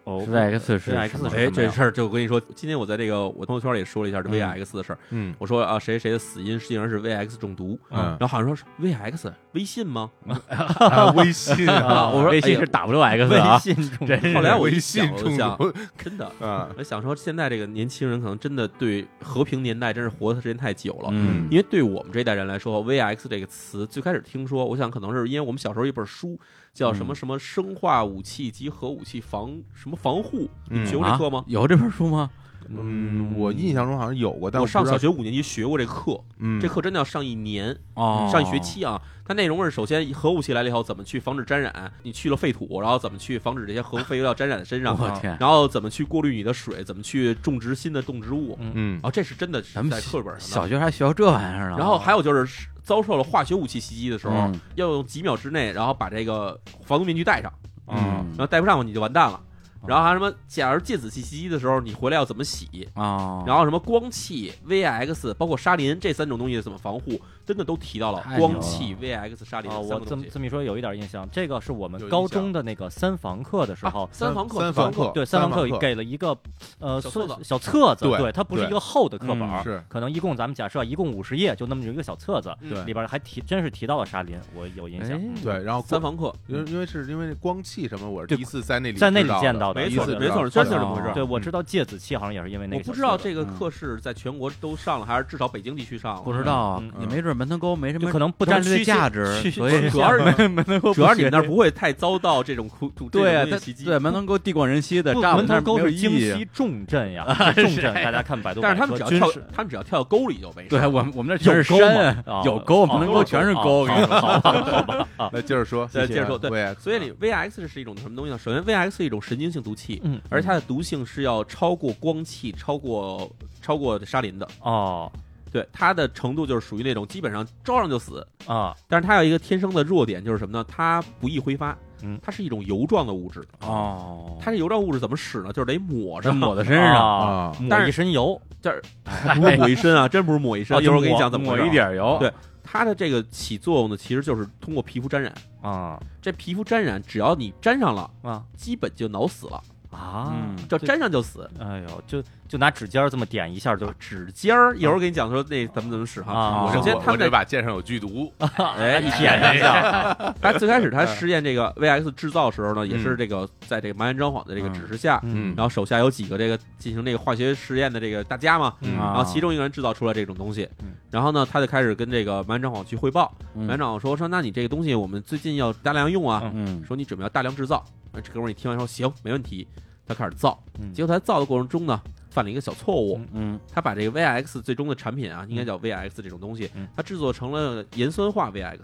哦
是在 X 是
X 是
哎，
什么
这
呀
事儿就我跟你说，今天我在这个我朋友圈里说了一下这 VX 的事儿，
嗯
我说啊谁谁的死因竟然是 VX 中毒，
嗯
然，后好像说是 VX 微信 吗？
啊微信啊，
啊我说
微信
哎呀
是 W X
微
啊，
信中
真是
后来我一
微
想
信
我
中
就想
毒
真的。
啊，
我想说，现在这个年轻人可能真的对和平年代真是活的时间太久了，
嗯
因为对我们这一代人来说，VX 这个词最开始听说，我想可能是因为我们小时候有一本书叫什么
嗯
什么生化武器及核武器防什么防护，
嗯
你学
啊
过这课吗？
有这本书吗？
嗯，我印象中好像有过，但
我上小学
学
五年级学过这课，
嗯
这课真的要上一年，
嗯哦，
上一学期啊。它内容是首先核武器来了以后怎么去防止沾染，你去了废土，然后怎么去防止这些核废料沾染身上，啊
我天，
然后怎么去过滤你的水，怎么去种植新的动植物。
嗯
啊，这是真的是
咱们
在课本上的
小学还学到这玩意儿呢？
然后还有就是遭受了化学武器袭击的时候，
嗯
要用几秒之内，然后把这个防毒面具戴上，
嗯
然后戴不上你就完蛋了。然后还有什么，假如芥子气袭击的时候，你回来要怎么洗？
哦，
然后什么光气、VX，包括沙林这三种东西怎么防护，真的都提到了
太牛了哦
光气、VX、沙林
啊，
三
我
个
这
东
么
西。
这么一说有一点印象，这个是我
有
们
印
高
象
中的那个三房课的时候
啊，三堂课，
三堂课
对，
三
三堂
堂
课
课
给了一个呃
小
算
册子
小册子，
对
对，它不是
对
一个厚的课本
嗯
啊
儿，
是
可能一共咱们假设一共五十页，就那么有一个小册子，
嗯
对
里边儿还提真是提到了沙林，我有印象。嗯
哎
对，然后
三堂课，
因为因为是因为光气什么，我是
对
第一次在那里
在那里
知道的
见到的
没
第一
错
次知
没
道
错，
的
真是这么回事
啊
儿。
对，我知道芥子气好像也是因为那
我
个小册子。
不知道这个
嗯
课是在全国都上了，还是至少北京地区上了。
不知道啊
嗯，
嗯
也没准门头沟没什
就
么
可能不
战
同
略
区县
价值，
区
所以
主要 是
门门头沟
主要是你们那儿
不
不会太遭到这种苦苦这
对啊
种东西
但
袭击。
对门头沟地广人稀的，
不
炸我
门
们那儿
头沟
没有
是京
意义
西重镇呀，是重镇，大家看百度百
但是他
科
们
军
只要
事。
跳，他们只要跳到沟里就没事。
对我们我们那儿全是山，
沟吗啊
有沟，
哦
门头沟全是沟。我
哦
跟你说
好吧，好吧，好吧
那接着说，啊
对接着说对
对，
所以你 VX 是一种什么东西呢？首先，VX 是一种神经性毒气，
嗯，
而它的毒性是要超过光气、超过超过沙林的。
哦
对，它的程度就是属于那种基本上招上就死。
啊，
但是它有一个天生的弱点，就是什么呢？它不易挥发。
嗯
它是一种油状的物质。
哦，
它这油状物质怎么使呢？就是得抹
这
上，
抹在身上，
啊，
啊，
但
抹
是
一身油，
就是 不是抹一身啊，真不是抹一身。
哦
一会儿我
就
给你
抹
讲怎么
抹
回事
一
啊。
点油，
对它的这个起作用呢，其实就是通过皮肤沾染。
啊
这皮肤沾染，只要你沾上了，
啊
基本就挠死了，
啊
嗯！
叫
这
沾上就死。
哎呦，就就拿指尖儿这么点一下就
指尖儿，一会儿我给你讲说那怎么怎么使哈。
啊
我
首先
我
他
我
们
这
在
把剑上有剧毒，
哎，一
舔上去了，
他最开始他实验这个 VX 制造时候呢，也是这个在这个麻原彰晃的这个指示下，
嗯
然后手下有几个这个进行这个化学实验的这个大家嘛，
嗯
然
啊
后其中一个人制造出了这种东西
嗯，
然后呢，他就开始跟这个麻原彰晃去汇报，麻原
嗯
彰晃说说那你这个东西我们最近要大量用啊，
嗯
说你准备要大量制造，那这哥们儿一听完说行，没问题，他开始造
嗯，
结果他造的过程中呢，犯了一个小错误，
嗯
他把这个 VX 最终的产品啊，应该叫 VX 这种东西
嗯，
它制作成了盐酸化 VX。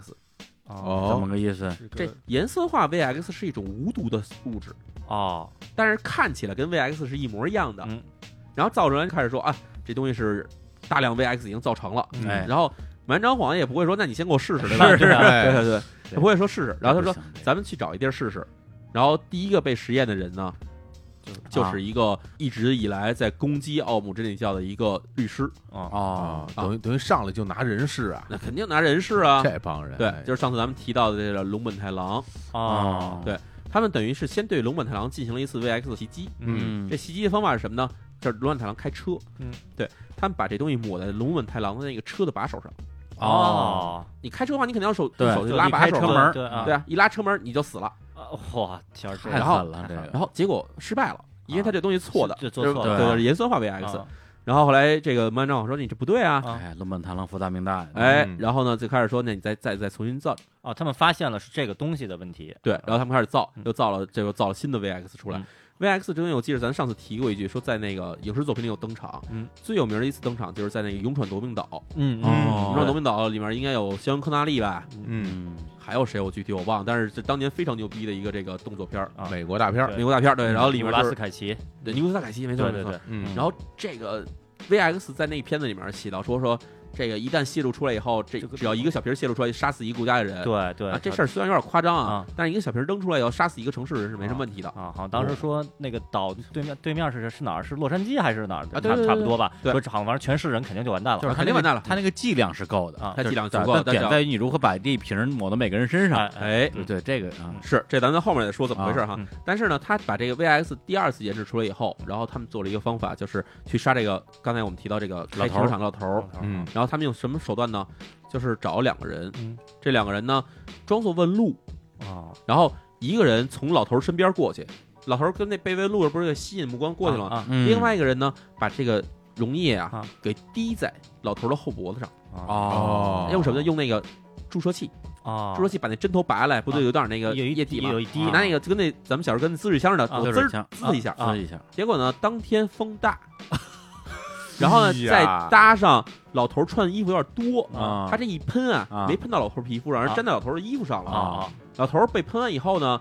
哦
怎
哦
么个意思？
这盐酸化 VX 是一种无毒的物质，
哦，
但是看起来跟 VX 是一模一样的
嗯。
然后造成人开始说啊，这东西是大量 VX 已经造成了。
嗯
哎，
然后满张谎也不会说，那你先给我试试，对吧？
是是
对
哎，
对对，他不会说试试。然后他说，
不行这
咱们去找一地儿试试。然后第一个被实验的人呢，就
啊
是一个一直以来在攻击奥姆真理教的一个律师，
哦
哦
啊，等于等于上来就拿人事啊，
那肯定拿人事啊。
这帮人，
对
哎，
就是上次咱们提到的这个龙本太郎，
哦，
对他们等于是先对龙本太郎进行了一次 VX 的袭击。
嗯
嗯
这袭击的方法是什么呢？就是龙本太郎开车，
嗯，
对他们把这东西抹在龙本太郎的那个车的把手上。
哦，
你开车的话，你肯定要手
对
手去
就
拉
一
把
开
手
车
嘛
门儿
对啊
对，啊，一拉车门你就死了。
啊哇，天儿，这
太
然
狠
后啊
了这
然
个，
后结果失败了，因为他这东西错的，
啊是是做错
对
了
对，
啊
对盐酸化 VX。然后后来这个曼照说你这不对啊，
啊
哎，龙本螳螂福大命大，
哎
嗯，
然后呢就开始说那你再再再重新造，
哦，他们发现了是这个东西的问题，
对，然后他们开始造
嗯，
又造了这个造了新的 VX 出来
嗯。
VX 这东西我记得咱上次提过一句，说在那个影视作品里有登场，
嗯，
最有名的一次登场就是在那个《勇闯夺命岛》，
嗯
哦
勇闯夺命岛》里面应该有肖恩·科纳利吧，
嗯，
嗯，
还有谁我具体我忘了，但是这当年非常牛逼的一个这个动作片儿，
啊
美国大片儿，
对嗯
美国大片儿，嗯对，然后里面
拉
就
斯
是
凯奇，
对尼古拉斯·凯奇，没错
对
没
对
错
对，，
嗯，
然后这个 VX 在那个片子里面写到说说这个一旦泄露出来以后，这
这个
只要一个小瓶泄露出来，杀死一个国家的人。
对对
啊，，这事儿虽然有点夸张啊
啊，
但是一个小瓶扔出来以后，杀死一个城市人是没什么问题的。
啊，好像当时说那个岛对面对面是是哪儿？是洛杉矶还是哪儿？
啊对对对
差差不多吧。
对
说好像反正全是人肯定就完蛋
就
了。
是他
啊肯定
那个
完蛋了
他那个剂量是够的
啊
他剂量
足
是够
够
的但
点
是
在于你如何把这一瓶儿抹到每个人身上。
哎，
对对，这个啊，
是，这咱们后面再说怎么回事哈。
啊嗯
但是呢，他把这个 VX 第二次研制出来以后，然后他们做了一个方法，就是去杀这个刚才我们提到这个开
老
停
头儿
车场老头儿。
啊
嗯，
然后他们用什么手段呢？就是找两个人，
嗯
这两个人呢装作问路，
啊，
然后一个人从老头儿身边过去，老头儿跟那被问路的不是给吸引目光过去了吗？
啊
嗯
另外一个人呢，把这个溶液啊
啊
给滴在老头儿的后脖子上，
啊
哦，
用什么呢？用那个注射器，
啊！
注射器把那针头拔下来，不对，有点那个
有一
液体嘛
有。一滴
你拿那个就跟那咱们小时候跟那滋水枪似的，
啊
我
就
滋
是
儿
像
滋一下，
啊
滋一下，
结果呢，当天风大，然后呢
哎
再
呀
搭上老头儿穿的衣服有点多
啊
他这一喷啊
啊，
没喷到老头儿皮肤上，而是
啊
粘在老头儿的衣服上了。
啊
老头儿被喷完以后呢，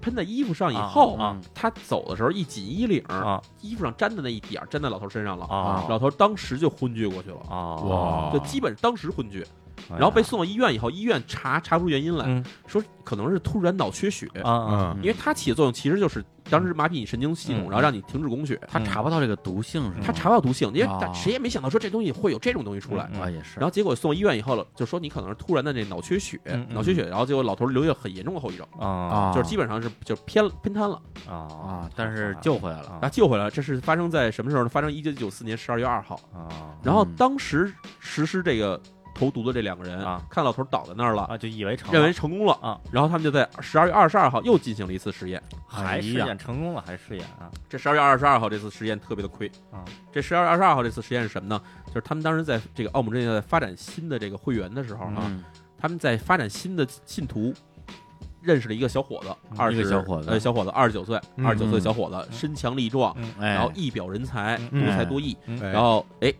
喷在衣服上以后，
啊
他走的时候一紧衣领儿，
啊
衣服上粘的那一点儿粘在老头儿身上了，
啊
老头儿当时就昏厥过去了，
啊！
哇
就基本当时昏厥，
哎呀！
然后被送到医院以后，医院查查不出原因来
嗯，
说可能是突然脑缺血。
啊啊
嗯
因为它起的作用其实就是当时麻痹你神经系统，
嗯
然后让你停止供血。
他查不到这个毒性是吗？
他查不到毒性，因为大
哦
谁也没想到说这东西会有这种东西出来。
啊嗯
啊也是
然，后结果送医院以后了，就说你可能是突然的这脑缺血
嗯，嗯
脑缺血，然后结果老头留下很严重的后遗症，
啊
就是基本上是就偏偏瘫了。
啊啊！
啊，但是救回来了
然后救回来了，这是发生在什么时候呢？发生一九九四年十二月二号。
啊
然后
嗯
当时实施这个投毒的这两个人
啊，
看老头倒在那儿了，
啊！就以为成了
认为成功了
啊，
然后他们就在十二月二十二号又进行了一次实验。
还试
哎呀
验成功了，还试验啊
这十二月二十二号这次实验特别的亏
啊！
这十二月二十二号这次实验是什么呢？就是他们当时在这个奥姆真在发展新的这个会员的时候啊，
嗯
他们在发展新的信徒，认识了一个小伙子，
嗯
二
一
十
个小伙子
呃，小伙子二十九岁，
嗯
二十九岁小伙子
嗯
身强力壮，
嗯
哎，
然后一表人才，
嗯
多才多艺，
哎
然后哎，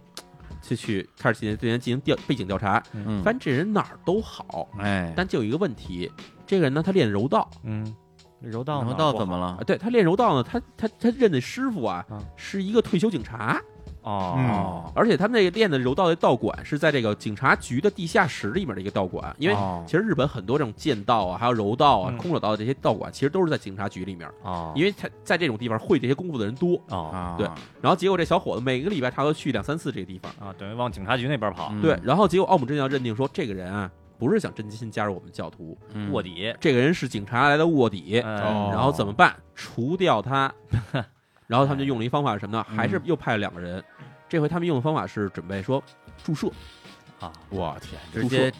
就去开始进行对人进行调背景调查，
嗯
发现这人哪儿都好，
哎，
但就有一个问题，这个人呢他练柔道
嗯，柔道
然
呢
后到
不
怎么了
啊，？对他练柔道呢，他他他认的师傅啊
啊
是一个退休警察，
好
啊
嗯
哦
哦，
而且他们那个练的柔道的道馆是在这个警察局的地下室里面的一个道馆，因为
哦
其实日本很多这种剑道啊，还有柔道啊、
嗯
空手道的这些道馆，其实都是在警察局里面，
哦，
因
为
为他在这种地方会这些功夫的人多。
哦
啊，
对然后结果这小伙子每个礼拜差不多去两三次这个地方，
啊，等于往警察局那边跑，
嗯
对。然后结果奥姆真要认定说这个人啊不是想真心加入我们教徒，
嗯
卧底，
这个人是警察来的卧底，
哎
哦
然后怎么办？除掉 他。然后他们就用了一方法是什么呢？
嗯
还是又派了两个人，这回他们用的方法是准备说注射，
啊
我天，
直接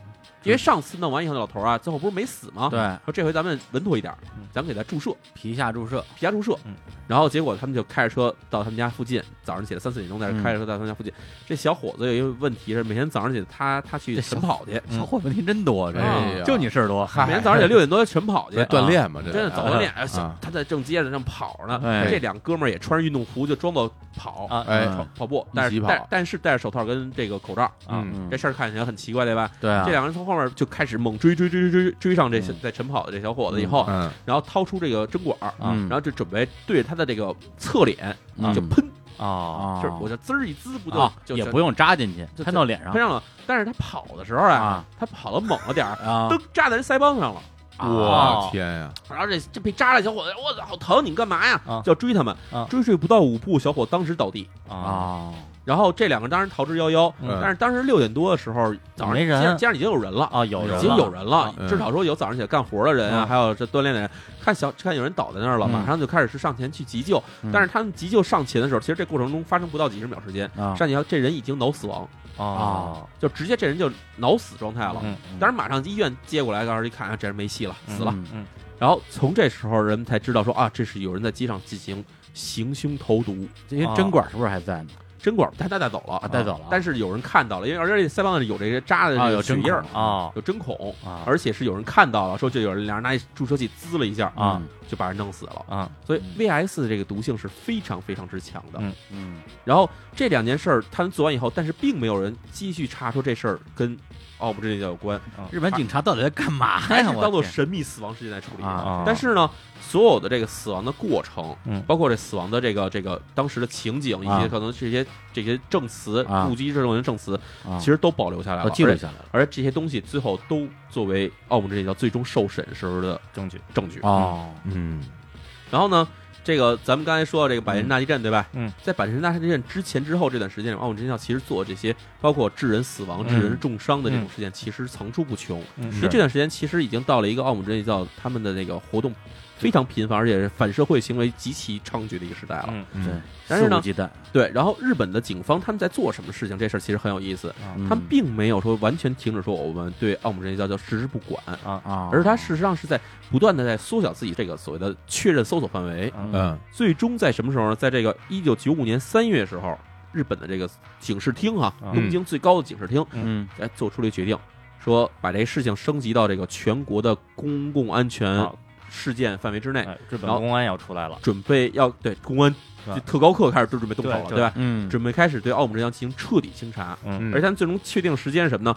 因为上次弄完以后那老头儿啊，最后不是没死吗？
对
说这回咱们稳妥一点儿
嗯，
咱们给他注射
皮下注射，
皮下注射
嗯。
然后结果他们就开着车到他们家附近，早上起来三四点钟在这开着车到他们家附近。这小伙子有一个问题是，每天早上起来他他去
这小
晨跑去，
小伙哎问题真多，这
哎
个
呀
就你事儿多，
嗨
每天早上起来六点多晨跑去啊
这，锻炼嘛，这
真的早锻炼。哎小
啊
他在正街上正跑着呢，
哎
这两哥们儿也穿着运动服就装作跑
啊
哎
嗯
跑步，但
一起
是
跑
但但是戴着手套跟这个口罩，
嗯，
这
嗯，
事儿看起来很奇怪，对吧？
对啊，
这两个人从后面就开始猛追追追追追追上这小
嗯
在晨跑的这小伙子以后，
嗯，
然后掏出这个针管儿，啊
嗯
然后就准备对着他的这个侧脸
嗯
就喷，
啊
啊，
就是我就滋儿一滋，不就
啊
就
也
就
不用扎进去，
就
喷到脸上
喷上了。但是他跑的时候啊
啊，
他跑的猛了点儿，
啊
噔扎在人腮帮子上了。哦
我天呀，
然后这这被扎了小伙子，我操，好疼！你们干嘛呀
啊？
就要追他们
啊，
追追不到五步，小伙当时倒地。
啊
啊，
然后这两个当然逃之夭夭，
嗯
但是当时六点多的时候，早上
没人
街上街上已经有人了，
啊！有人
已经
了
有人了
啊，
嗯
至少说有早上起来干活的人啊，
嗯
还有这锻炼的人，看小看有人倒在那儿了，
嗯
马上就开始是上前去急救。
嗯
但是他们急救上前的时候，其实这过程中发生不到几十秒时间，
啊
上前要这人已经脑死亡，
啊
就直接这人就脑死状态了。
啊
嗯
当然马上医院接过来，告诉一看，啊，这人没戏了，死了。
嗯
嗯
然后从这时候人们才知道说啊，这是有人在街上进行行凶投毒，
这些针管是不是还在呢？
针管他他带走了
啊，，带走了啊，
但是有人看到了，因为而且腮帮子里有这些扎的
啊
这
有
个血
针
印儿
孔，
啊
有针孔。
啊
而且是有人看到了，说就有人俩人拿注射器滋了一下
啊
嗯
就把人弄死了。
啊
所以
嗯
VS 这个毒性是非常非常之强的。
嗯
嗯
然后这两件事儿他们做完以后，但是并没有人继续查出这事儿跟奥布真教有关，
日本警察到底在干嘛
还是
哎呀？我
当做
天
神秘死亡事件来处理的。
啊
啊！
但是呢，所有的这个死亡的过程，
嗯
包括这死亡的这个这个当时的情景，以
啊
及可能这些这些证词，
啊
目击证人证词，
啊
其实都保留下来
都
了，
记录
而且
下来了。
而这些东西最后都作为奥姆真理教最终受审时候的
证据。
证据。
哦，
嗯
然后呢，这个咱们刚才说到这个百神大地震，对吧？
嗯，
在百神大地震之前、之后这段时间里，奥姆真理教其实做这些包括致人死亡、
嗯
致人重伤的这种事件，其实层出不穷。
嗯
因为这段时间其实已经到了一个奥姆真理教他们的那个活动非常频繁，而且是反社会行为极其猖獗的一个时代了。
嗯
对
嗯，
但是
肆
呢
无忌惮，
对，然后日本的警方他们在做什么事情，这事儿其实很有意思。
嗯
他们并没有说完全停止说我们对奥姆真理教就置之不管，
哦
啊，
而是他事实上是在不断的在缩小自己这个所谓的确认搜索范围。
嗯
嗯
最终在什么时候呢？在这个一九九五年三月时候，日本的这个警视厅哈、
嗯
东京最高的警视厅，
嗯
哎，做出了一决定，说把这事情升级到这个全国的公共安全
啊
事件范围之内，
哎日本
然后
公安要出来了，
准备要对公安
是吧
就特高课开始就准备动手了，
对
对吧？
嗯，
准备开始对奥姆真相进行彻底清查，
嗯
嗯
而他们最终确定的时间是什么呢？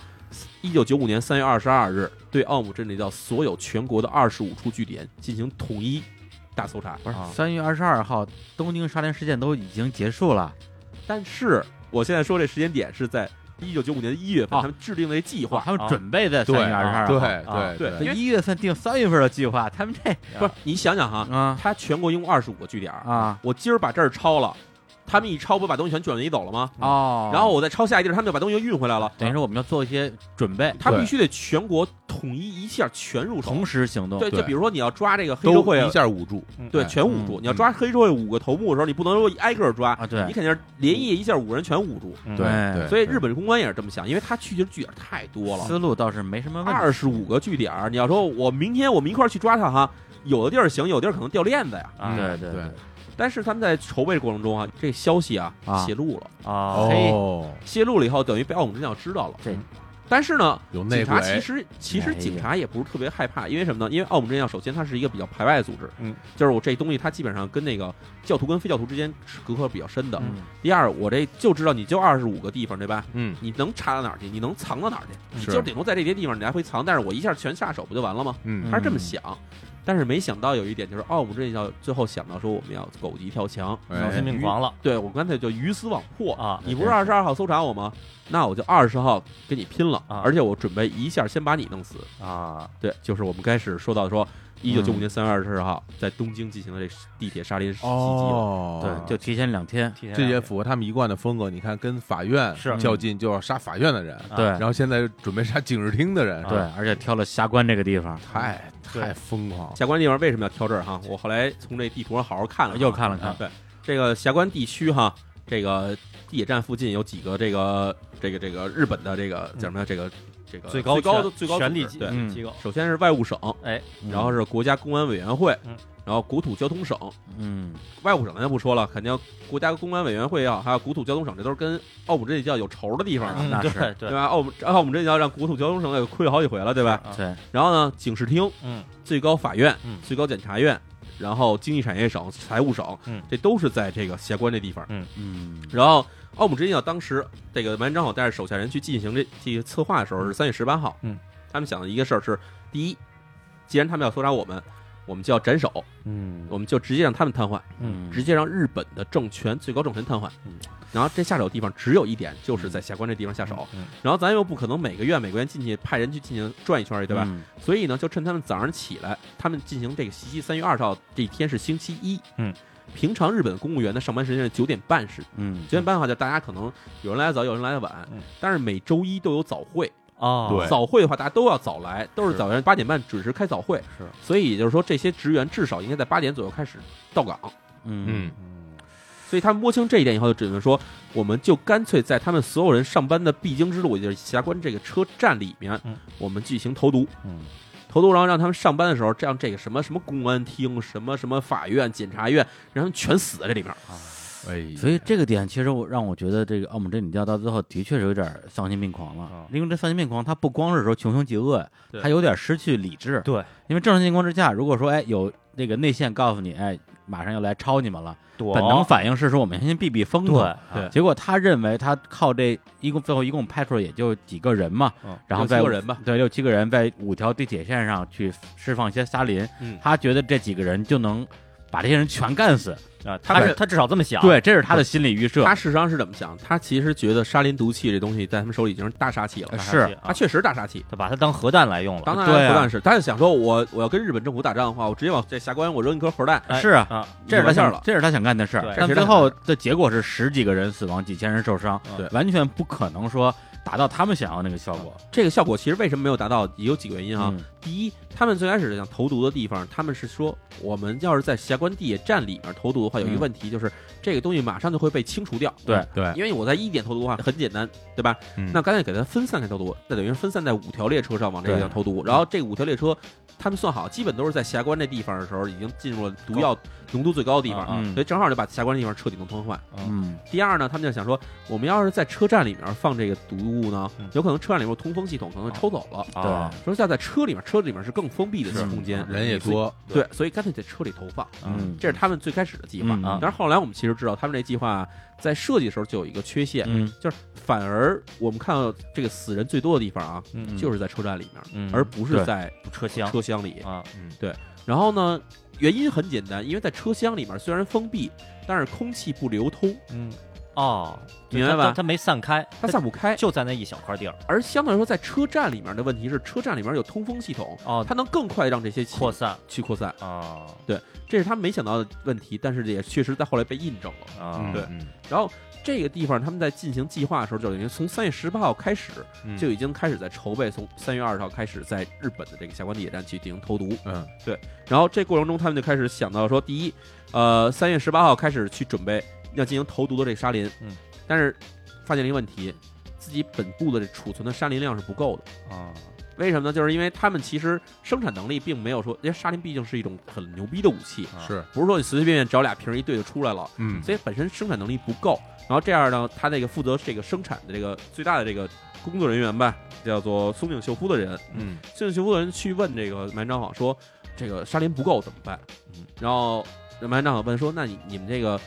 一九九五年三月二十二日，对奥姆真理教所有全国的二十五处据点进行统一大搜查。
不是
啊
三月二十二号东京沙田事件都已经结束了，
但是我现在说这时间点是在一九九五年的一月份，
啊
他们制定了一计划。
他们
啊
准备在三
对
月二十二号，
对
啊对
对，一月份定三月份的计划，他们这
不是你想想哈，
啊
他全国一共二十五个据点，
啊
我今儿把这儿抄了，他们一抄不把东西全转移走了吗？
哦，
然后我再抄下一地儿，他们就把东西又运回来了。
等于说我们要做一些准备，
他
对
必须得全国统一一下全入手。
同时行动，
对，
对
就比如说你要抓这个黑社
都
会
一，下捂住，
对，
哎
全捂住。
嗯
你要抓黑社会五个头目的时候，你不能说挨个儿抓，
啊，对
你肯定是连夜一下五人全捂住。
嗯
对
对，
哎所以日本公安也是这么想，因为他去的据点太多了，
思路倒是没什么问题，
二十五个据点儿，你要说我明天我们一块儿去抓他哈，有的地儿行，有的地儿可能掉链子呀。
啊
对对
对
但是他们在筹备过程中啊，这消息啊
啊
泄露了，
啊，
嘿
哦，
泄露了以后，等于被奥姆真相知道了。
对，
但是呢，
有内
警察
鬼，
其实其实
哎呀
警察也不是特别害怕，因为什么呢？因为奥姆真相首先它是一个比较排外的组织，
嗯，
就是我这东西它基本上跟那个教徒跟非教徒之间是隔阂比较深的。
嗯
第二，我这就知道你就二十五个地方，对吧？
嗯，
你能查到哪儿去？你能藏到哪儿去？你
是
就顶多在这些地方你来回藏，但是我一下全下手不就完了吗？
嗯
他是这么想，但是没想到有一点就是奥姆真理教最后想到说我们要狗急跳墙，
丧心
哎，
病狂了
对我干脆就鱼死网破
啊
你不是二十二号搜查我吗？那我就二十号跟你拼了，
啊
而且我准备一下先把你弄死。
啊！
对，就是我们开始说到说，一九九五年三月二十二号在东京进行了这地铁沙林袭击了。
哦
对，就提前两天，
提前
这也
两天
符合他们一贯的风格。你看，跟法院
是
较劲就要杀法院的人，
啊
对
然后现在准备杀警视厅的人，
哦
啊
对，而且挑了霞关这个地方，
太太疯狂了。
下关地方为什么要挑这儿哈？我后来从这地图上好好看了，
又看了看
啊对，这个下关地区哈，这个地铁站附近有几个这个这个这个日本的这个叫什么呀？这个这个
嗯最高
高
权
的最高
权
组
力
织
机
对，
嗯
机构，
首先是外务省，
哎，
然后是国家公安委员会
嗯，
然后国土交通省。
嗯，
外务省咱就不说了，肯定国家公安委员会啊，还有国土交通省，这都是跟奥姆真理教有仇的地方啊，
嗯
那是
对
对
对
吧？奥姆奥姆真理教让国土交通省给亏了好几回了，对吧？
啊
对，
然后呢，警视厅、
嗯
最高法院、
嗯
最高检察院，然后经济产业省、财务省，
嗯
这都是在这个下关这地方。
嗯，
然后奥姆真理教当时这个完正好带着手下人去进行这这个策划的时候是三月十八号，
嗯，
他们想的一个事儿是，第一，既然他们要搜查我们，我们就要斩首，
嗯
我们就直接让他们瘫痪，
嗯
直接让日本的政权最高政权瘫痪。然后这下手地方只有一点，就是在下关这地方下手。
嗯
然后咱又不可能每个月每个月进去派人去进行转一圈儿去，对吧？
嗯？
所以呢，就趁他们早上起来，他们进行这个袭击。三月二号这一天是星期一，
嗯，
平常日本公务员的上班时间是九点半时，
嗯，
九点半的话就大家可能有人来得早，有人来得晚，
嗯
但是每周一都有早会。
哦，
对
早会的话大家都要早来，都是早上八点半准时开早会，
是，
所以也就是说这些职员至少应该在八点左右开始到岗。
嗯，
嗯
所以他们摸清这一点以后，就准备说，我们就干脆在他们所有人上班的必经之路，也就是霞关这个车站里面
嗯，
我们进行投毒。
嗯
投毒，然后让他们上班的时候，这样这个什么什么公安厅、什么什么法院、检察院，让他们全死在这里面。
哎，
所以这个点其实我让我觉得这个奥姆真理教到最后的确是有点丧心病狂了
啊，
因为这丧心病狂，他不光是说穷凶极恶
哦对，
他有点失去理智。
对，
因为正常情况之下，如果说哎有那个内线告诉你，哎马上要来抄你们了，
躲
本能反应是说我们先避避风头。啊
对啊对
结果他认为他靠这一共最后一共派出了也就几个人嘛，
嗯
然后
六七
在
个人吧
对六七个人在五条地铁线上去释放一些沙林，
嗯
他觉得这几个人就能把这些人全干死，
啊，
他
他
是
他至少这么
啊
想，
对，这是他的心理预设
他。事实上是怎么想？他其实觉得沙林毒气这东西在他们手里已经是大杀器了
他，
是
生气
他
啊，
确实大杀器。
他把它当核弹来用了，
当然
对啊
核弹是，他就想说我我要跟日本政府打仗的话，我直接往这峡关我扔一颗核弹，
哎
是啊，
啊，
这是
呃
他
完事儿
想
了。
这是他想干的事儿
对。
这
但
是
最
他
后的结果是十几个人死亡，几千人受伤，
嗯
对
完全不可能说达到他们想要那个效果。
这个效果其实为什么没有达到，也有几个原因啊。
嗯
第一，他们最开始想投毒的地方，他们是说我们要是在峡关地铁站里面投毒的话，有一个
嗯
问题就是、这个东西马上就会被清除掉。嗯
对
对，
因为我在一点投毒的话很简单，对吧？
嗯
那干脆给它分散开投毒，那等于是分散在五条列车上往这个地方投毒，然后这五条列车。他们算好，基本都是在峡关这地方的时候，已经进入了毒药浓度最高的地方，
啊
嗯
所以正好就把峡关这地方彻底弄瘫痪。
嗯，
第二呢，他们就想说，我们要是在车站里面放这个毒物呢
嗯，
有可能车站里面有通风系统可能抽走了。
对
啊，
说要在车里面，车里面是更封闭的空间，
人也
所以，
多，
对，所以干脆在车里投放。
嗯
这是他们最开始的计划。
嗯
啊
但是后来我们其实知道，他们这计划在设计的时候就有一个缺陷，
嗯，
就是反而我们看到这个死人最多的地方啊，
嗯
就是在车站里面，
嗯
而不是
对
在
车厢
车厢里。
啊，
然后呢，原因很简单，因为在车厢里面虽然封闭，但是空气不流通，
嗯，哦，
明白吧
它没散开，
它散不开。
就在那一小块地儿，
而相对来说，在车站里面的问题是，车站里面有通风系统，
哦，
它能更快让这些气
扩散
去扩散，
啊
这是他没想到的问题，但是也确实在后来被印证了。
啊，
对，然后这个地方他们在进行计划的时候，就等于从三月十八号开始
嗯
就已经开始在筹备，从三月二十号开始在日本的这个下关地铁站去进行投毒。
嗯，
然后这过程中，他们就开始想到说，第一，呃，三月十八号开始去准备要进行投毒的这个沙林，
嗯，
但是发现了一个问题，自己本部的这储存的沙林量是不够的。
啊，
为什么呢？就是因为他们其实生产能力并没有说，因为沙林毕竟是一种很牛逼的武器，
是，
不是说你随随便便找俩瓶儿一对就出来了，
嗯，
啊所以本身生产能力不够。然后这样呢，他那个负责这个生产的这个最大的这个工作人员吧，叫做松井秀夫的人，
嗯，
松井秀夫的人去问这个满张好说，这个沙林不够怎么办？
嗯，
然后满张好问说，那你你们这个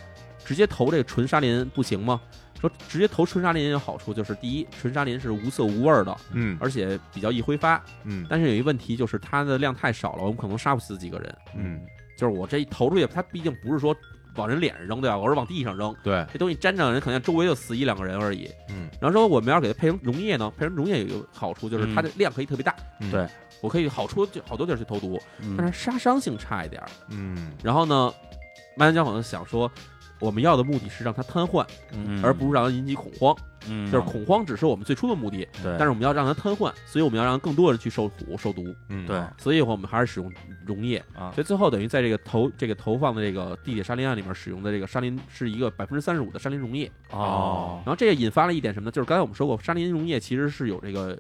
直接投这个纯沙林不行吗？说直接投纯沙林有好处，就是第一，纯沙林是无色无味儿的，
嗯，
而且比较易挥发。
嗯，
但是有一问题就是它的量太少了，我们可能杀不死几个人。
嗯，
就是我这一投出去，它毕竟不是说往人脸上扔对吧？我是往地上扔，
对，
这东西沾上人，可能周围就死一两个人而已。
嗯，
然后说我们要是给它配成溶液呢，配成溶液有一个好处就是
嗯
它的量可以特别大，
嗯
对
我可以好处就好多地儿去投毒，但
嗯
是杀伤性差一点儿。
嗯，
然后呢，麦当江好像想说。我们要的目的是让它瘫痪，
嗯
而不是让它引起恐慌。
嗯
就是恐慌只是我们最初的目的，
对，
但是我们要让它瘫痪，所以我们要让更多人去受苦受毒。
嗯，
对，
所以我们还是使用溶液
啊
所以最后等于在这个投这个投放的这个地铁沙林案里面使用的这个沙林是一个百分之三十五的沙林溶液，
哦
然，后这也引发了一点什么呢？就是刚才我们说过，沙林溶液其实是有这个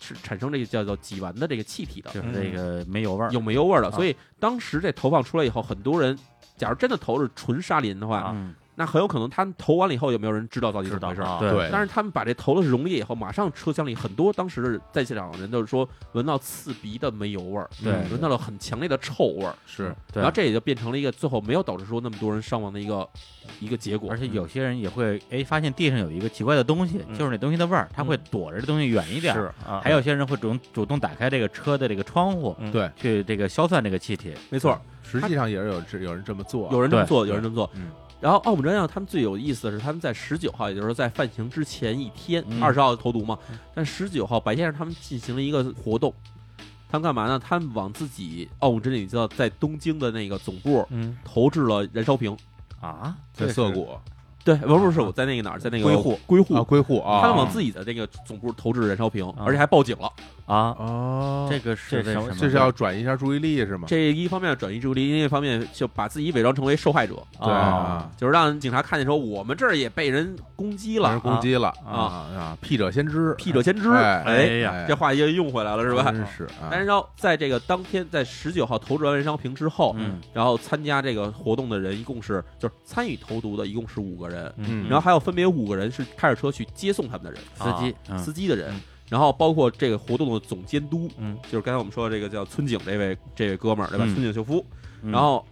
是产生这个叫做己烷的这个气体的，
就是这个没油味儿。
嗯有煤油味儿的，
啊
所以当时这投放出来以后，很多人。假如真的投是纯沙林的话，
啊
嗯，
那很有可能他们投完了以后，有没有人知道到底
知
怎么
道
回事？
啊，
对
对，
但是他们把这投的是溶液以后，马上车厢里很多当时的在现场的人都是说闻到刺鼻的煤油味儿，
对
闻到了很强烈的臭味儿，
是，
对
然后这也就变成了一个最后没有导致说那么多人伤亡的一个一个结果。
而且有些人也会哎，发现地上有一个奇怪的东西，
嗯
就是那东西的味儿，他
嗯
会躲着这东西远一点。
是，啊，
还有些人会主动主动打开这个车的这个窗户，
嗯
对
去这个消散这个气体。
没错，
实际上也是有是有人这么做，
有人这么
对
做，有人这么做
嗯。
然后奥姆真相他们最有意思的是，他们在十九号，也就是在犯行之前一天，
嗯
二十号投毒嘛，但十九号白天他们进行了一个活动，他们干嘛呢？他们往自己奥姆真理教在东京的那个总部
嗯
投掷了燃烧瓶，
啊，
在涩谷啊，
对，不是不是我在那个哪儿，在那个
归户
归户，
归户啊，
他们往自己的那个总部投掷燃烧瓶，
啊
而且还报警了。
啊，
哦，
这个是
这
为
什
么
么
这是要转移一下注意力是吗？
这一方面转移注意力，另一方面就把自己伪装成为受害者，
哦
对啊，
就是让警察看见说我们这儿也被人攻击
让
了
人，攻击了
啊
啊！屁者先知，
屁者先知。
哎
哎呀
这话又用回来了是吧？
真是啊，
但是要在这个当天，在十九号投掷完燃烧瓶之后，
嗯
然后参加这个活动的人一共是就是参与投毒的一共是五个人，
嗯
然后还有分别五个人是开着车去接送他们的人，啊
司机？
司机的人
嗯，
然后包括这个活动的总监督，
嗯
就是刚才我们说的这个叫村井这位这位哥们儿对吧？
嗯
村井秀夫，
嗯
然后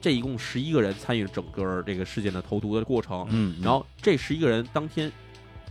这一共十一个人参与整个这个事件的投毒的过程，
嗯，
然后这十一个人当天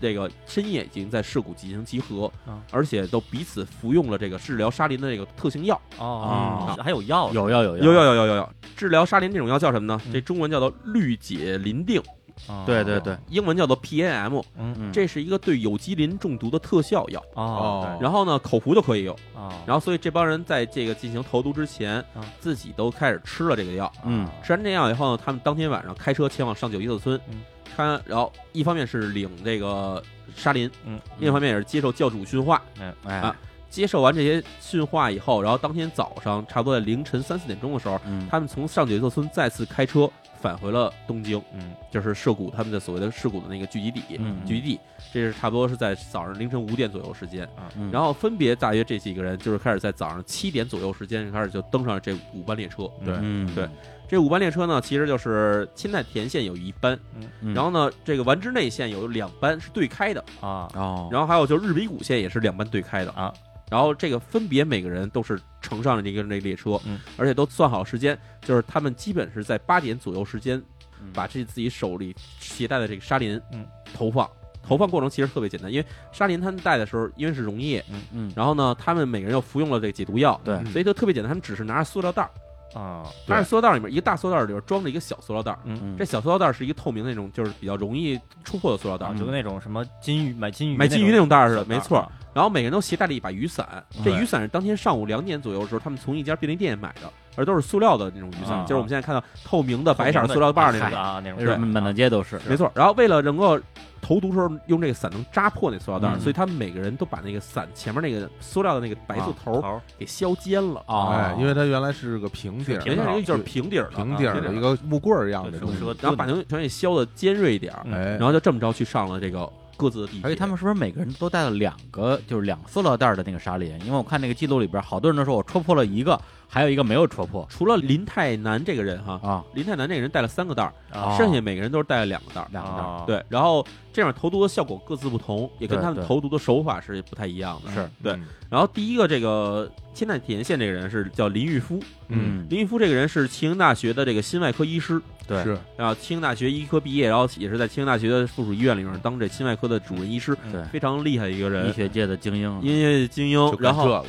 这个深夜已经在市谷进行集合
啊，
而且都彼此服用了这个治疗沙林的这个特性药。
哦
哦，
还有药
有药有药
嗯有有有有有有，治疗沙林这种药叫什么呢
嗯？
这中文叫做氯解林定，
哦
对对对，
英文叫做 PAM，
嗯
嗯
这是一个对有机磷中毒的特效药。
哦，
然后呢，口服就可以用。
哦，
然后，所以这帮人在这个进行投毒之前
啊，
自己都开始吃了这个药。
嗯
吃完这药以后呢，他们当天晚上开车前往上九一色村
嗯，
看，然后一方面是领这个沙林，
嗯，
另一方面也是接受教主训话。
哎
啊接受完这些训话以后，然后当天早上差不多在凌晨三四点钟的时候，
嗯
他们从上九一色村再次开车返回了东京，
嗯
就是涉谷他们的所谓的涉谷的那个聚集地。
嗯
聚集地，这是差不多是在早上凌晨五点左右时间。
嗯
然后分别大约这几个人就是开始在早上七点左右时间开始就登上了这五班列车。
对
嗯
对这五班列车呢，其实就是千代田线有一班，
嗯
然后呢，这个丸之内线有两班是对开的，
啊
哦
然后还有就是日比谷线也是两班对开的
啊。
然后这个分别每个人都是乘上了这个那列车
嗯，
而且都算好时间，就是他们基本是在八点左右时间
嗯
把这自己手里携带的这个沙林
嗯
投放。投放过程其实特别简单，因为沙林他们带的时候，因为是溶液，
嗯
然后呢，他们每个人又服用了这个解毒药，
对
所以就特别简单，他们只是拿着塑料袋儿，
啊
拿着塑料袋儿里面一个大塑料袋儿里面装着一个小塑料袋儿，
嗯
这小塑料袋儿是一个透明的那种，就是比较容易戳破的塑料袋儿
啊，，
嗯
就跟那种什么金鱼买金鱼
嗯买金鱼那种袋儿似的，
小袋儿
没错
啊。
然后每个人都携带了一把雨伞，这
对
雨伞是当天上午两点左右的时候，他们从一家便利店买的，而都是塑料的那种雨伞，
啊
就是我们现在看到透明的白色
透
儿
明
塑
的
料袋儿那
啊
种，
啊那种
是满大街都是
没错。然后为了能够投毒时候用这个伞能扎破那塑料袋儿，
嗯
所以他们每个人都把那个伞前面那个塑料的那个白色头
头
儿给削尖了。
哦
哎，因为它原来是个平底儿，
原先是一个就是平底儿的，
啊平底儿
平
的
底
一
儿
个木棍儿一样的
对
东西
是，个
然后把那个全给削的尖锐一点儿，
嗯
哎，
然后就这么着去上了这个各自的地
而
铁。
且他们是不是每个人都带了两个，就是两塑料袋的那个沙林？因为我看那个记录里边，好多人都说我戳破了一个，还有一个没有戳破
除了林泰南这个人哈，
啊。
林泰南这个人带了三个袋儿，
啊
剩下每个人都是带了两个袋儿。
两个袋儿
啊
对，然后这样投毒的效果各自不同，也跟
对
他们
对
投毒的手法是不太一样
嗯
的。
是，
对然后第一个这个千代田线这个人是叫林玉夫，
嗯，
林玉夫这个人是清英大学的这个心外科医师，
对
是
啊，清英大学医科毕业，然后也是在清英大学的附属医院里面当这心外科的主任医师，
嗯
对
非常厉害的一个
医
人，
学界的精英，
音乐精英
就。干
然后
这个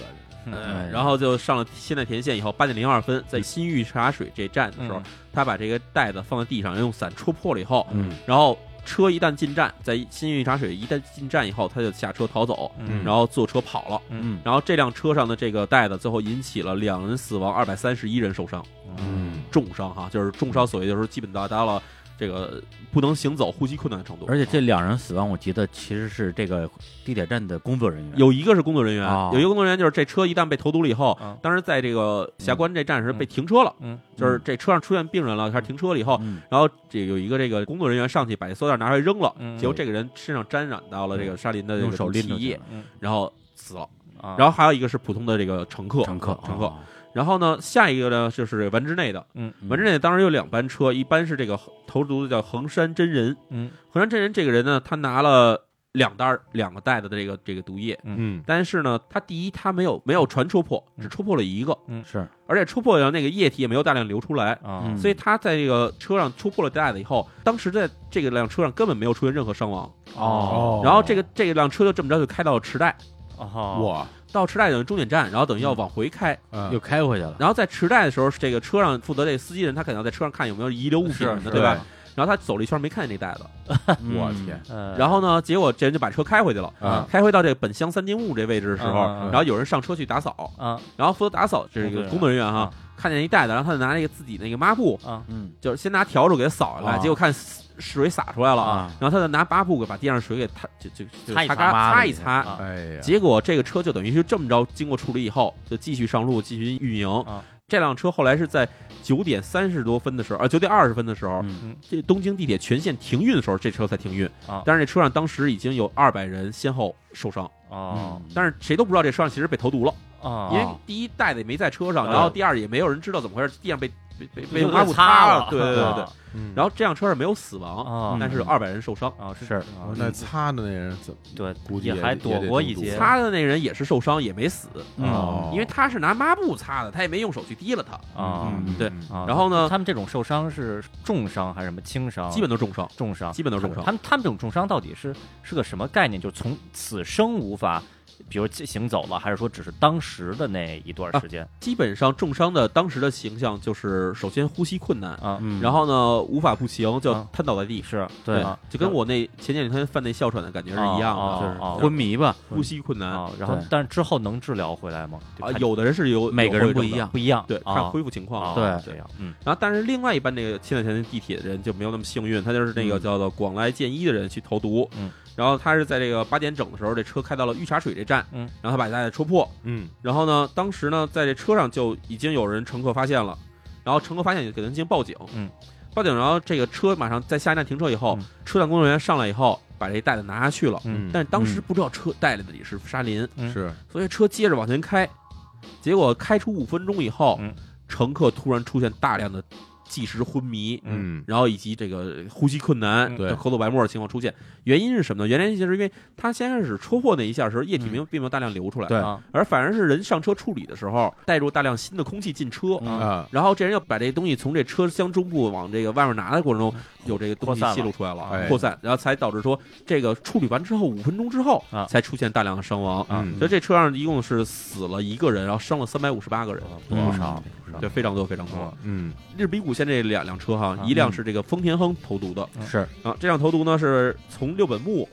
嗯，
哎
然后就上了现代田线以后，八点零二分，在新御茶水这站的时候，
嗯
他把这个袋子放在地上，用伞戳破了以后，
嗯
然后车一旦进站，在新御茶水一旦进站以后，他就下车逃走，
嗯
然后坐车跑了。
嗯
然后这辆车上的这个袋子，最后引起了两人死亡，二百三十一人受伤，
嗯。
重伤哈，就是重伤，所谓就是基本达到了这个不能行走、呼吸困难的程度。
而且这两人死亡，我记得其实是这个地铁站的工作人员。
有一个是工作人员，
哦
有一个工作人员就是这车一旦被投毒了以后，
嗯
当时在这个霞关这站时被停车了，
嗯嗯
就是这车上出现病人了，开始停车了以后，
嗯，
然后这有一个这个工作人员上去把塑料袋拿出来扔了，
嗯
结果这个人身上沾染到了这个沙林的这
嗯用
个
手拎着
体液，
嗯
然后死了。
啊
然后还有一个是普通的这个乘客，
乘客啊
乘客。然后呢，下一个呢就是丸之内的，
嗯
丸之内当时有两班车，一班是这个投毒的叫横山真人，
嗯
横山真人这个人呢，他拿了两袋儿两个袋子的这个这个毒液，
嗯，
但是呢，它第一它没有没有全戳破，
嗯
只戳破了一个，
是
而且戳破了那个液体也没有大量流出来，
啊
嗯
所以他在这个车上戳破了袋子以后，当时在这个辆车上根本没有出现任何伤亡。
哦
然后这个这辆车就这么着就开到了池袋，
哦
我
到池袋等于终点站，然后等于要往回开。
嗯
又开回去了，
然后在池袋的时候，这个车上负责这个司机人，他肯定要在车上看有没有遗留物品
是
的，对吧？？然后他走了一圈没看见这袋子，
嗯
我天，
呃
然后呢，结果这人就把车开回去了。
啊
开回到这个本乡三丁目这位置的时候，
嗯嗯嗯
然后有人上车去打扫，
啊
然后负责打扫这个工作人员哈
啊，
看见一袋子，然后他就拿那个自己那个抹布，
啊
嗯
就是先拿笤帚给它扫下来，
啊
结果看水洒出来了
啊
然后他就拿抹布给把地上的水给擦，就就就
擦一
擦
擦
干
抹了
擦一
一下
擦。
啊
哎呀，
结果这个车就等于是这么着，经过处理以后，就继续上路，继续运营。
啊
这辆车后来是在九点三十多分的时候，啊，九点二十分的时候，
嗯
这东京地铁全线停运的时候，这车才停运。
啊
但是这车上当时已经有二百人先后受伤，
哦
嗯
但是谁都不知道这车上其实被投毒了，嗯
啊
因为第一袋子也没在车上，
啊
然后第二也没有人知道怎么回事，地上被被被被
就
抹
给
布
擦
了。对对对对
啊。
嗯
然后这辆车上没有死亡，
啊
但是有二百人受伤。
啊是
是
后哦那擦的那人怎么？
对
估，计
也
也
还
得
躲
也得
过
挺
一
堵
劫，
擦的那人也是受伤，也没死，
嗯
哦哦
因为他是拿抹布擦的，他也没用手去滴了他，
啊
嗯
对
啊
然后呢
他们这种受伤是重伤还是什么轻伤？
基本都重伤。
重伤，
基本都重伤
他们他们这种重伤到底是是个什么概念？就是从此生无法，比如行走了，还是说只是当时的那一段
啊
时间
基本上重伤的当时的形象就是，首先呼吸困难，
啊？
嗯
然后呢无法步行，就
啊
瘫倒在地。
是
对
啊，，
就跟我那前两天犯那哮喘的感觉是一样
哦
啊
的，
哦
就是
哦
昏迷吧，
呼吸困难
啊，然后
对
但是之后能治疗回来吗？就
啊。
看
有的人是有，
每个人
有后
不
遗
一
症的
样，
不一样，
对，
啊
看恢复情况
啊
了。
对
这
对
样，嗯
然后，但是另外一班那个现在前的地铁的人就没有那么幸运，他就是那个
嗯
叫做广来建一的人去投毒，
嗯，
然后他是在这个八点整的时候，这车开到了御茶水这站，
嗯，
然后他把大家戳破，
嗯，
然后呢，当时呢，在这车上就已经有人乘客发现了，然后乘客发现就给他进行报警，
嗯，
报警，然后这个车马上在下一站停车以后，
嗯
车站工作人员上来以后，把这袋子拿下去了，
嗯
但是当时不知道车袋里的里是沙林，
嗯
是
所以车接着往前开，结果开出五分钟以后，
嗯
乘客突然出现大量的即时昏迷，
嗯
然后以及这个呼吸困难、
嗯
对
口吐白沫的情况出现。原因是什么呢？原因就是因为他先开始戳破那一下的时候，
嗯
液体没有并没有大量流出来，
对
啊
而反而是人上车处理的时候，带入大量新的空气进车。
嗯
啊，
然后这人要把这东西从这车厢中部往这个外面拿的过程中，有这个东西
嗯扩散了
泄露出来了，啊
哎
扩散，然后才导致说这个处理完之后五分钟之后
啊
才出现大量的伤亡。
嗯
所以这车上一共是死了一个人，然后伤了三百五十八个人，
不啊少，
嗯
对，非常多非常多。
嗯
日比谷县这两辆车
啊
哈，一辆是这个丰田亨投毒的
嗯
是
啊，这辆投毒呢是从六本木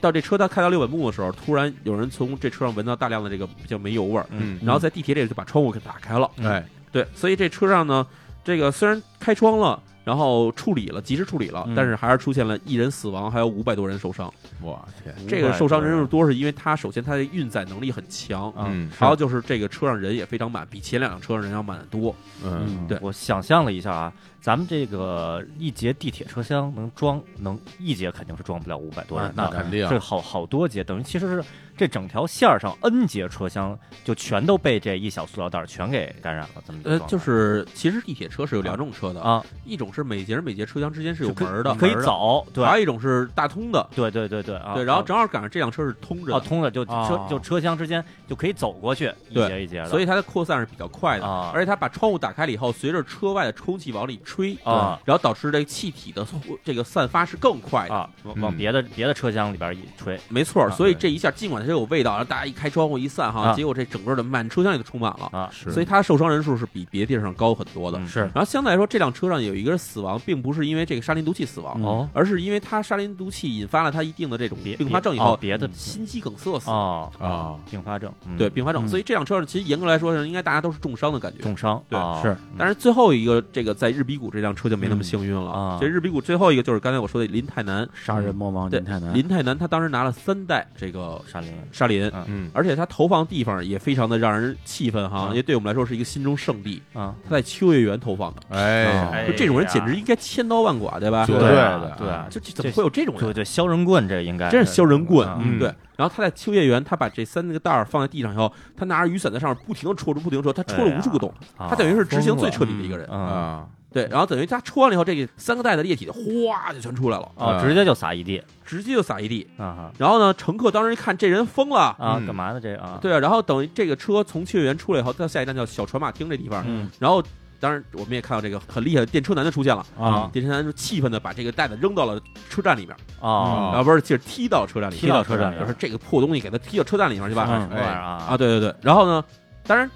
到这车，它开到六本木的时候，突然有人从这车上闻到大量的这个叫煤油味儿，
嗯，
然后在地铁里就把窗户给打开了。
哎，
对，所以这车上呢，这个虽然开窗了。然后处理了，及时处理了
嗯，
但是还是出现了一人死亡，还有五百多人受伤。
我天，
这个受伤人数多，是因为它首先它的运载能力很强，
啊
嗯
还有就是这个车上人也非常满，比前两辆车上人要满得多。
嗯，
对
我想象了一下啊，咱们这个一节地铁车厢能装能一节肯定是装不了五百
啊
多人的，
那肯定
这好好多节，等于其实是这整条线儿上 N 节车厢就全都被这一小塑料袋儿全给感染了，这么一个
呃，
状态
就是其实地铁车是有两种车的，
啊，
一种是每节每节车厢之间是有
就可以
门儿的，
可以
门儿的，
走，对
还有一种是大通的，
对对对对啊，
对，然后正好赶上这辆车是通着
啊
的，
通了就车
啊
就车厢之间就可以走过去，一
对
节一节的，
所以它的扩散是比较快的，
啊
而且它把窗户打开了以后，随着车外的空气往里吹
啊，
然后导致这个气体的这个散发是更快的，
啊往往
嗯
别的别的车厢里边一吹，
没错儿。
啊
所以这一下尽管它有味道，然后大家一开窗户一散哈，
啊
结果这整个的满车厢也都充满了，
啊
是，
所以它受伤人数是比别的地方高很多的。
嗯
是
然后相对来说，这辆车上有一个人死亡，并不是因为这个沙林毒气死亡，
嗯
哦
而是因为他沙林毒气引发了他一定的这种
别
并发症以
别
后，
哦别的
心肌梗塞死。
哦
啊
并发症嗯
对并发症，
嗯
所以这辆车上其实严格来说是应该大家都是重伤的感觉。
重伤
对
啊
是
但是最后一个这个在日比谷这辆车就没那么幸运了
嗯啊
这日比谷最后一个就是刚才我说的林泰南，
杀
嗯
人魔王林太南，
林泰南他当时拿了三袋这个
沙林
沙林，
啊
嗯
而且他投放地方也非常的让人气愤哈，
啊
因为对我们来说是一个心中圣地。
啊
他在秋叶原投放的，
哎
哎，
就这种人
呀
简直应该千刀万剐，对吧？嗯
对
啊
的
对啊，
就这怎么会有这种人
对？对，削人棍这应该
真是削人棍，
啊
嗯
对。然后他在秋叶原，他把这三个袋儿放在地上以后，他拿着雨伞在上面不停的戳着，不停的戳，他戳了无数个洞，
啊
他等于是嗯执行最彻底的一个人。
啊
啊，
对，然后等于他戳完了以后，这个三个袋子的液体就哗就全出来了，
啊，直接就撒一地
直接就撒一地。
啊
然后呢，乘客当时一看这人疯了，
啊，
嗯
干嘛呢这啊？
对啊。然后等于这个车从秋叶原出来以后，到下一站叫小船马町这地方，
嗯
然后当然我们也看到这个很厉害的电车男就出现了，
啊，
电车男就气愤的把这个袋子扔到了车站里面，
啊，
然后不是，就是踢到车站里面，
踢到车站里
就是这个破东西给他踢到车站里面去吧。
嗯
啊这玩意儿啊
啊，对对对。然后呢，当然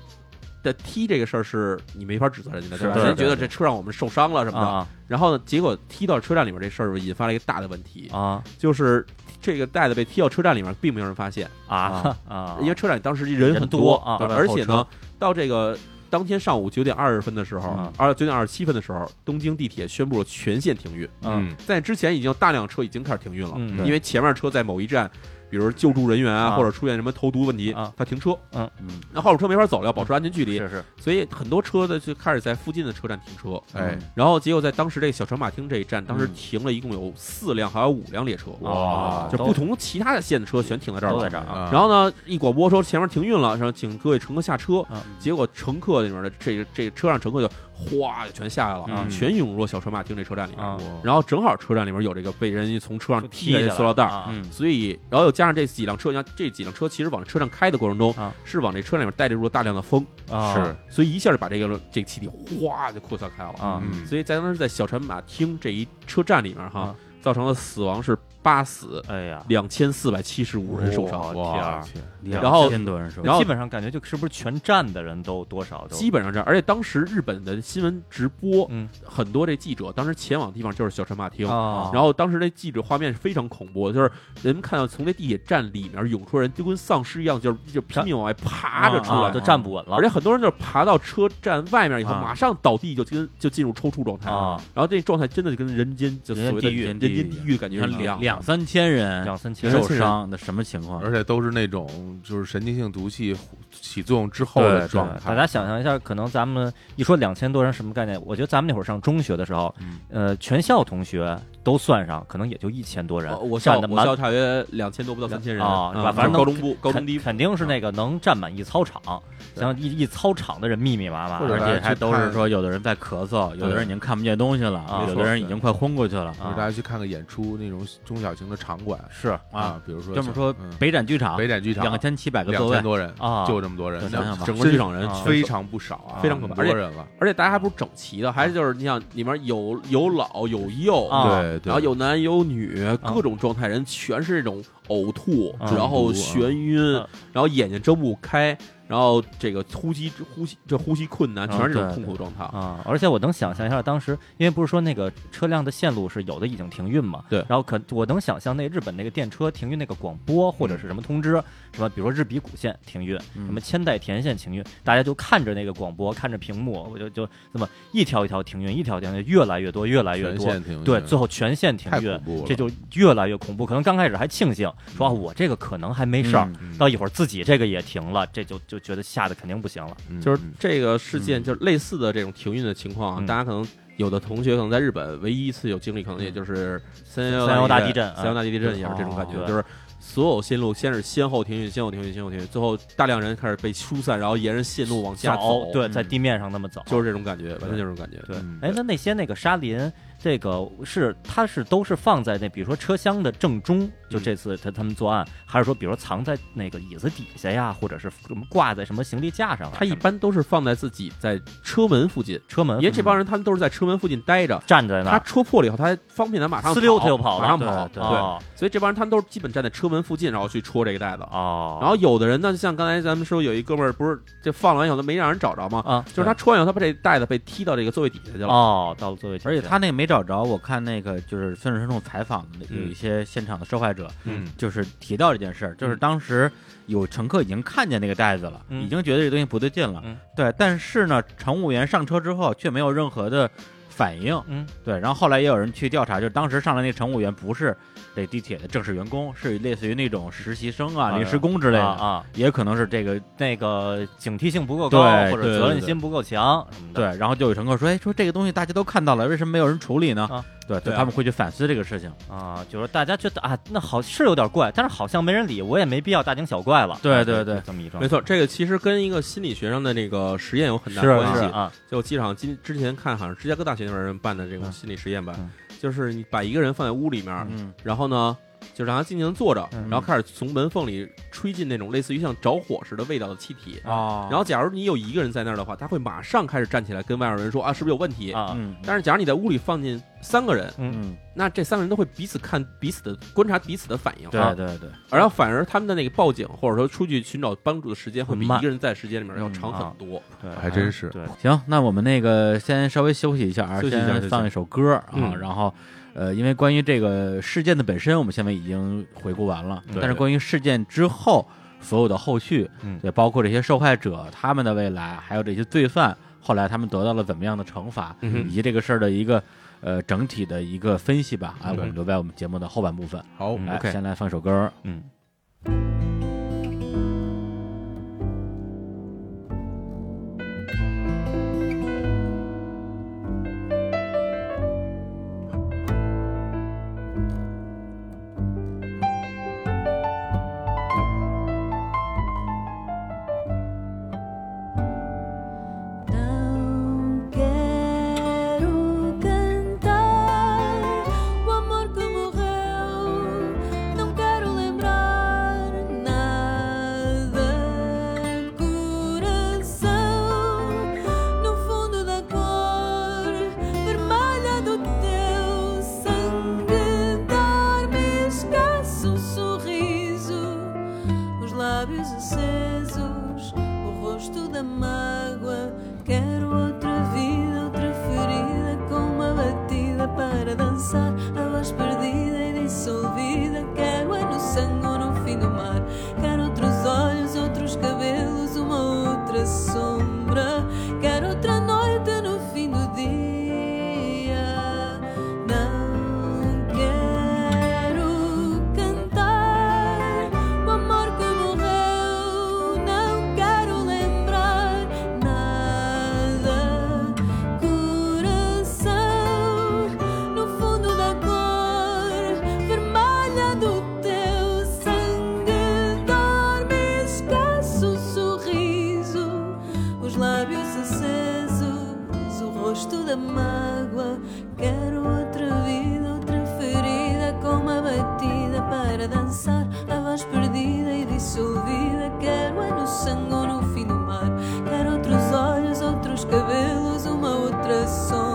的踢这个事儿是你没法指责人家的，对吧？
是
人家
对
觉得这车让我们受伤了什么的。
啊
然后呢，结果踢到车站里面这事儿引发了一个大的问题，
啊
就是这个袋子被踢到车站里面，并没有人发现，
啊啊，
因为车站当时人很
人多啊
对吧
对
而且
后
呢，到这个。当天上午九点二十分的时候
嗯，
二九点二十七分的时候，东京地铁宣布了全线停运。
嗯
嗯
在之前已经有大量车已经开始停运了，
嗯
因为前面车在某一站，比如救助人员啊，
啊
或者出现什么投毒问题，
啊
它停车，
嗯
那后边车没法走了，要保持安全距离，
是是
所以很多车的就开始在附近的车站停车。
哎，
然后结果在当时这个小船马町这一站，当时
嗯
停了一共有四辆还有五辆列车，
哇
就不同其他的线的车全停在这儿
哦都在
了。
这儿啊
然后呢，一广播说前面停运了，然后请各位乘客下车。
啊
结果乘客里面的这个这个车上乘客就哗就全下来了，
嗯
全涌入了小车马町这车站里面。
啊
然后正好车站里面有这个被人从车上踢下去的塑料袋儿，
啊
嗯
所以然后又加上这几辆车，你看这几辆车其实往车上开的过程中，
啊
是往这车里面带入了大量的风，
啊
是
所以一下就把这个这个气体哗就扩散开了。
啊
嗯
所以在当时在小船马町这一车站里面哈，
啊
造成了死亡是八死，
哎呀，
两千四百七十五人受伤。
哇天
啊
然后
千多人是吧？
然后
基本上感觉就是不是全站的人都多少都
基本上这样，而且当时日本的新闻直播，
嗯
很多这记者当时前往的地方就是小船马町，
啊
然后当时这记者画面是非常恐怖的，就是人们看到从这地铁站里面涌出人，就跟丧尸一样，就是就拼命往外爬着出
啊
来，
都站不稳了
而且很多人就是爬到车站外面以后，
啊
马上倒地就跟就进入抽搐状态，
啊，
然后这状态真的就跟人间就所谓的
人间地狱
人间地狱的感觉是
你看
一样
两
的。
两三千人
两三千
受伤，那什么情况？
而且都是那种就是神经性毒气起作用之后的
对
状态，
大家想象一下，可能咱们一说两千多人什么概念？我觉得咱们那会儿上中学的时候，
嗯
呃，全校同学都算上，可能也就一千多人，
哦我我校
站的
我
满
校大约两千多不到三千人
啊是吧反正
高
能
中部高中
肯
低部
肯定是那个能站满一操场，像一一操场的人密密麻麻，
或者
而
大家
且还
去
都
看
是说，有的人在咳嗽，有的人已经看不见东西了
啊，
有的人已经快昏过去了。啊
就是大家去看个演出，那种中小型的场馆
是
啊，比如说
这么说
嗯，
北展剧场
北展剧场
两千七百个座
两
位
千，多人
啊
就这么多人，
想想吧
整个剧场人
啊
非常不少啊，
非常可怕
很多人了，
而且大家还不是整齐的，还是就是你想里面有有老有幼，
啊
对，对
然后有男有女，各种状态，人全是这种呕吐，
啊
然后眩晕，
啊
然后眼睛睁不开，然后这个呼吸呼吸这呼吸困难，全是这种
啊对
痛苦的状态。
啊，而且我能想象一下，当时因为不是说那个车辆的线路是有的已经停运嘛，
对
然后可我能想象那日本那个电车停运那个广播或者是
嗯
什么通知，什么比如说日比谷线停运，
嗯
什么千代田线停运，大家就看着那个广播，看着屏幕，我就就这么一条一条停运，一条一条停运越来越多，越来越
全
多，
线停运，
对，最后全线停
太
运
恐，怖了，
这就越来越恐怖。可能刚开始还庆幸说、啊、我这个可能还没事儿，
嗯
到一会儿自己这个也停了，这就就觉得吓得肯定不行了。
嗯
就是
嗯
这个事件，就是类似的这种停运的情况啊，
嗯
大家可能有的同学可能在日本唯一一次有经历，可能也就是三幺
311大地震啊
三幺大地震也是这种感觉，
哦
就是所有线路先是先后停运，先后停运，先后停运，最后大量人开始被疏散，然后沿着线路往下
走
走，
对，
嗯
在地面上那么走，
就是这种感觉，完全就是这种感觉。
对
嗯，
哎，那那些那个沙林，这个是它是都是放在那，比如说车厢的正中，
嗯
就这次他他们作案，还是说比如说藏在那个椅子底下呀，或者是什么挂在什么行李架上啊？
他一
什么
般都是放在自己在车门附近，
车门嗯
因为这帮人他们都是在车门附近待着，
站在那
他
儿，
戳破了以后，他还方便他马上
呲溜他就跑了，
马上跑，
对
对，
哦
所以这帮人他们都是基本站在车门附近，然后去戳这个袋子。
哦，
然后有的人呢，像刚才咱们说有一哥们儿不是这放完以后他没让人找着吗？
啊，
就是他戳完以后，他把这袋子被踢到这个座位底下去了。
哦，到了座位底下，
而且他那没找着，我看那个就是孙志生采访的有
嗯
一些现场的受害者，
嗯
就是提到这件事儿，就是当时有乘客已经看见那个袋子了，
嗯
已经觉得这东西不对劲了，
嗯
对，但是呢，乘务员上车之后却没有任何的反应，
嗯，
对，然后后来也有人去调查，就是当时上来那乘务员不是这地铁的正式员工，是类似于那种实习生啊、
啊
临时工之类的，
啊啊，
也可能是这个
那个警惕性不够高，
对
或者
对对
责任心不够强什么的。
对，然后就有乘客说：“哎，说这个东西大家都看到了，为什么没有人处理呢？”
啊
对，
对啊
他们会去反思这个事情。
啊，就是大家觉得啊，那好是有点怪，但是好像没人理，我也没必要大惊小怪了。
对
啊
对
就
对
就这么一状
没错，这个其实跟一个心理学上的那个实验有很大
是
关
态
系。
是啊，
就我记得好像今之前看，好像芝加哥大学那边人办的这种心理实验吧，
嗯
就是你把一个人放在屋里面，
嗯，
然后呢，就让他静静地坐着，
嗯
然后开始从门缝里吹进那种类似于像着火似的味道的气体。
啊
哦，
然后，假如你有一个人在那儿的话，他会马上开始站起来跟外面人说啊，是不是有问题？
啊，
嗯，
但是，假如你在屋里放进三个人，
嗯，
那这三个人都会彼此看彼此的观察彼此的反应，
对
啊
对对，
然后反而他们的那个报警或者说出去寻找帮助的时间会比
慢
一个人在时间里面要长
嗯啊
很多。
对，
还真是
对，
行，那我们那个先稍微休息一下啊，
休息一下休息
先
一下
放一首歌啊，
嗯
然后。呃，因为关于这个事件的本身，我们现在已经回顾完了，
对
但是关于事件之后所有的后续，
嗯
也包括这些受害者他们的未来，还有这些罪犯后来他们得到了怎么样的惩罚，
嗯哼
以及这个事儿的一个呃整体的一个分析吧。啊，我
嗯
们留在我们节目的后半部分。
好
来
OK
先来放首歌儿。
嗯。
Don't get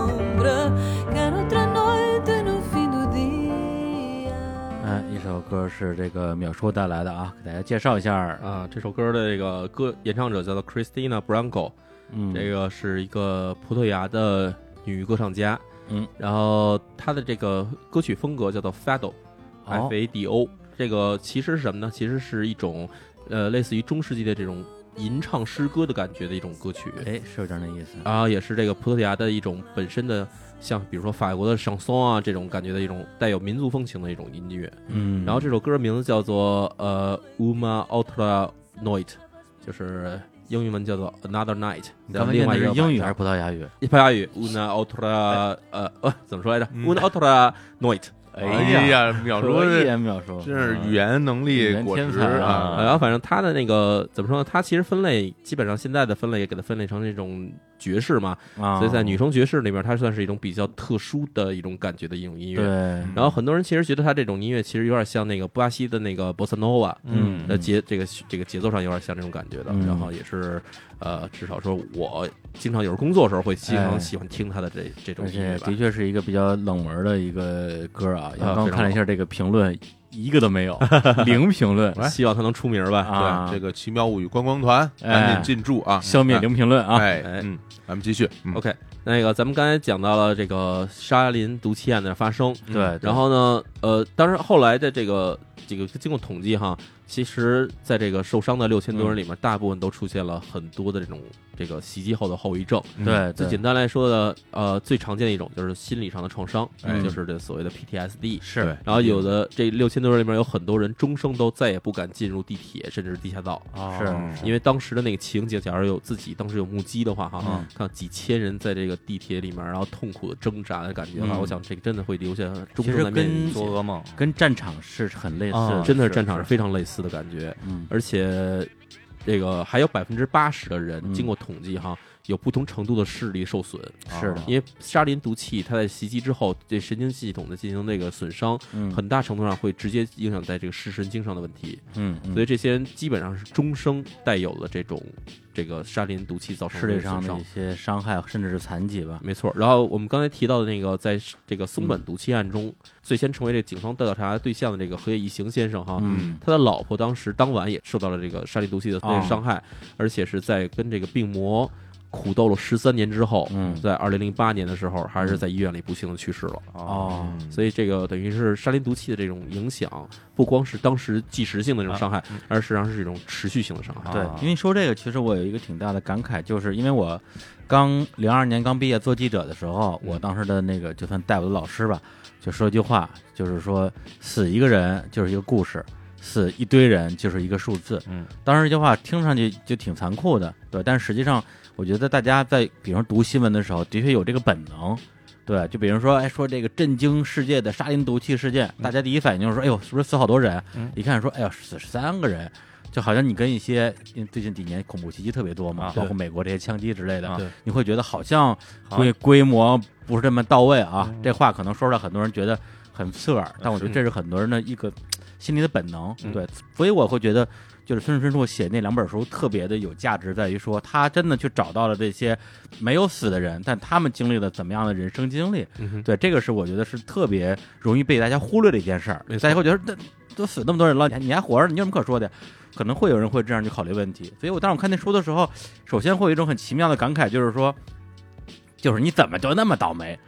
que otra noite no fim do dia.
嗯，一首歌是这个秒叔带来的啊，给大家介绍一下。
啊，这首歌的这个歌演唱者叫做 Christina Branco，
嗯，
这个是一个葡萄牙的女歌唱家，
嗯，
然后她的这个歌曲风格叫做 Fado，F
哦
A D O，这个其实是什么呢？其实是一种呃类似于中世纪的这种吟唱诗歌的感觉的一种歌曲，
哎，是有点那意思。
啊，也是这个葡萄牙的一种本身的，像比如说法国的上松啊这种感觉的一种带有民族风情的一种音乐。
嗯，
然后这首歌名字叫做呃 Uma Outra Night，就是英语文叫做 Another Night。
刚才
另
念
外
的
一个
是英语
晚
啊还是
上
葡萄牙语？
西班牙语 Una Outra 呃呃怎么说来着
嗯
？Una Outra Night。
哎呀，秒叔
可以
这
啊，秒叔，
真是
嗯
语言能
语
力
言
果
天
实
才
啊！
然后反正它的那个怎么说呢？它其实分类基本上现在的分类也给它分类成这种爵士嘛，
啊，
所以在女生爵士里面，它算是一种比较特殊的一种感觉的一种音乐
对。，
然后很多人其实觉得他这种音乐其实有点像那个巴西的那个 bossa nova，
嗯
呃节这个这个节奏上有点像这种感觉的。
嗯
然后也是呃，至少说我经常有时候工作的时候会经
哎
常喜欢听他的这这种
而
音
且
乐吧
的。确是一个比较冷门的一个歌啊，
啊
刚刚看了一下这个评论，一个都没有， 零 评论
哎希望他能出名吧。
啊，哎
对这个奇妙物语观光团赶紧进驻啊，
消灭零评论啊，哦
哎，
哎
嗯，咱们继续，嗯
OK，那个咱们刚才讲到了这个沙林毒气案的发生，
对，对
嗯然后呢，呃，当然后来的这个这个经过统计哈，其实在这个受伤的六千多人
嗯
里面，大部分都出现了很多的这种这个袭击后的后遗症。
嗯
对，
最
对
简单来说的，呃，最常见的一种就是心理上的创伤，
哎
就是这所谓的 PTSD。
是哦
对
然后有的这六千多人里面有很多人终生都再也不敢进入地铁，甚至是地下道，啊
是
因为当时的那个情景，假如有自己当时有目击的话，哈，
嗯
看到几千人在这个地铁里面，然后痛苦的挣扎的感觉的话，
嗯
我想这个真的会留下终
其
生
实
难免的
跟
阴
做
影。
噩梦，
跟战场是很类似的
啊，
真的
是
战场是
是
非常类似的感觉，
嗯
而且这个还有百分之八十的人
嗯
经过统计哈，有不同程度的视力受损，
是的，
因为沙林毒气，它在袭击之后，对神经系统的进行那个损伤，
嗯
很大程度上会直接影响在这个视神经上的问题。
嗯嗯
所以这些人基本上是终生带有了这种这个沙林毒气造成
视
的
力
这种
上
损伤
的一。些伤害甚至是残疾吧，
没错，然后我们刚才提到的那个，在这个松
嗯
本毒气案中，最先成为这警方调查对象的这个河野一行先生哈，
嗯
他的老婆当时当晚也受到了这个沙林毒气的那
哦
个伤害，而且是在跟这个病魔苦斗了十三年之后，
嗯
在二零零八年的时候，还是在医院里不幸的去世了。
啊
嗯
哦，
所以这个等于是沙林毒气的这种影响，不光是当时即时性的这
啊
种伤害，而实际上是一种持续性的伤害。
对
啊，
因为说这个，其实我有一个挺大的感慨，就是因为我刚零二年刚毕业做记者的时候，我当时的那个就算带我的老师吧，就说一句话，就是说死一个人就是一个故事，死一堆人就是一个数字。
嗯，
当时这句话听上去就挺残酷的，对，但实际上我觉得大家在比如说读新闻的时候，的确有这个本能。对，就比如说，哎，说这个震惊世界的沙林毒气事件，大家第一反应就是说，哎呦，是不是死好多人？
嗯
一看说，哎呦，死十三个人，就好像你跟一些，因为最近几年恐怖袭击特别多嘛，
啊
包括美国这些枪击之类的，
啊
对
你会觉得好像
好
规规模不是这么到位啊。
嗯
这话可能说出来，很多人觉得很刺耳，但我觉得这是很多人的一个心理的本能。
嗯
对，所以我会觉得，就是孙春树写那两本书特别的有价值，在于说他真的去找到了这些没有死的人，但他们经历了怎么样的人生经历。
嗯哼，
对，这个是我觉得是特别容易被大家忽略的一件事儿。
没错
大家会觉得，那都死那么多人了，你还你还活着，你有什么可说的？可能会有人会这样去考虑问题。所以我当时我看那书的时候，首先会有一种很奇妙的感慨，就是说，就是你怎么就那么倒霉？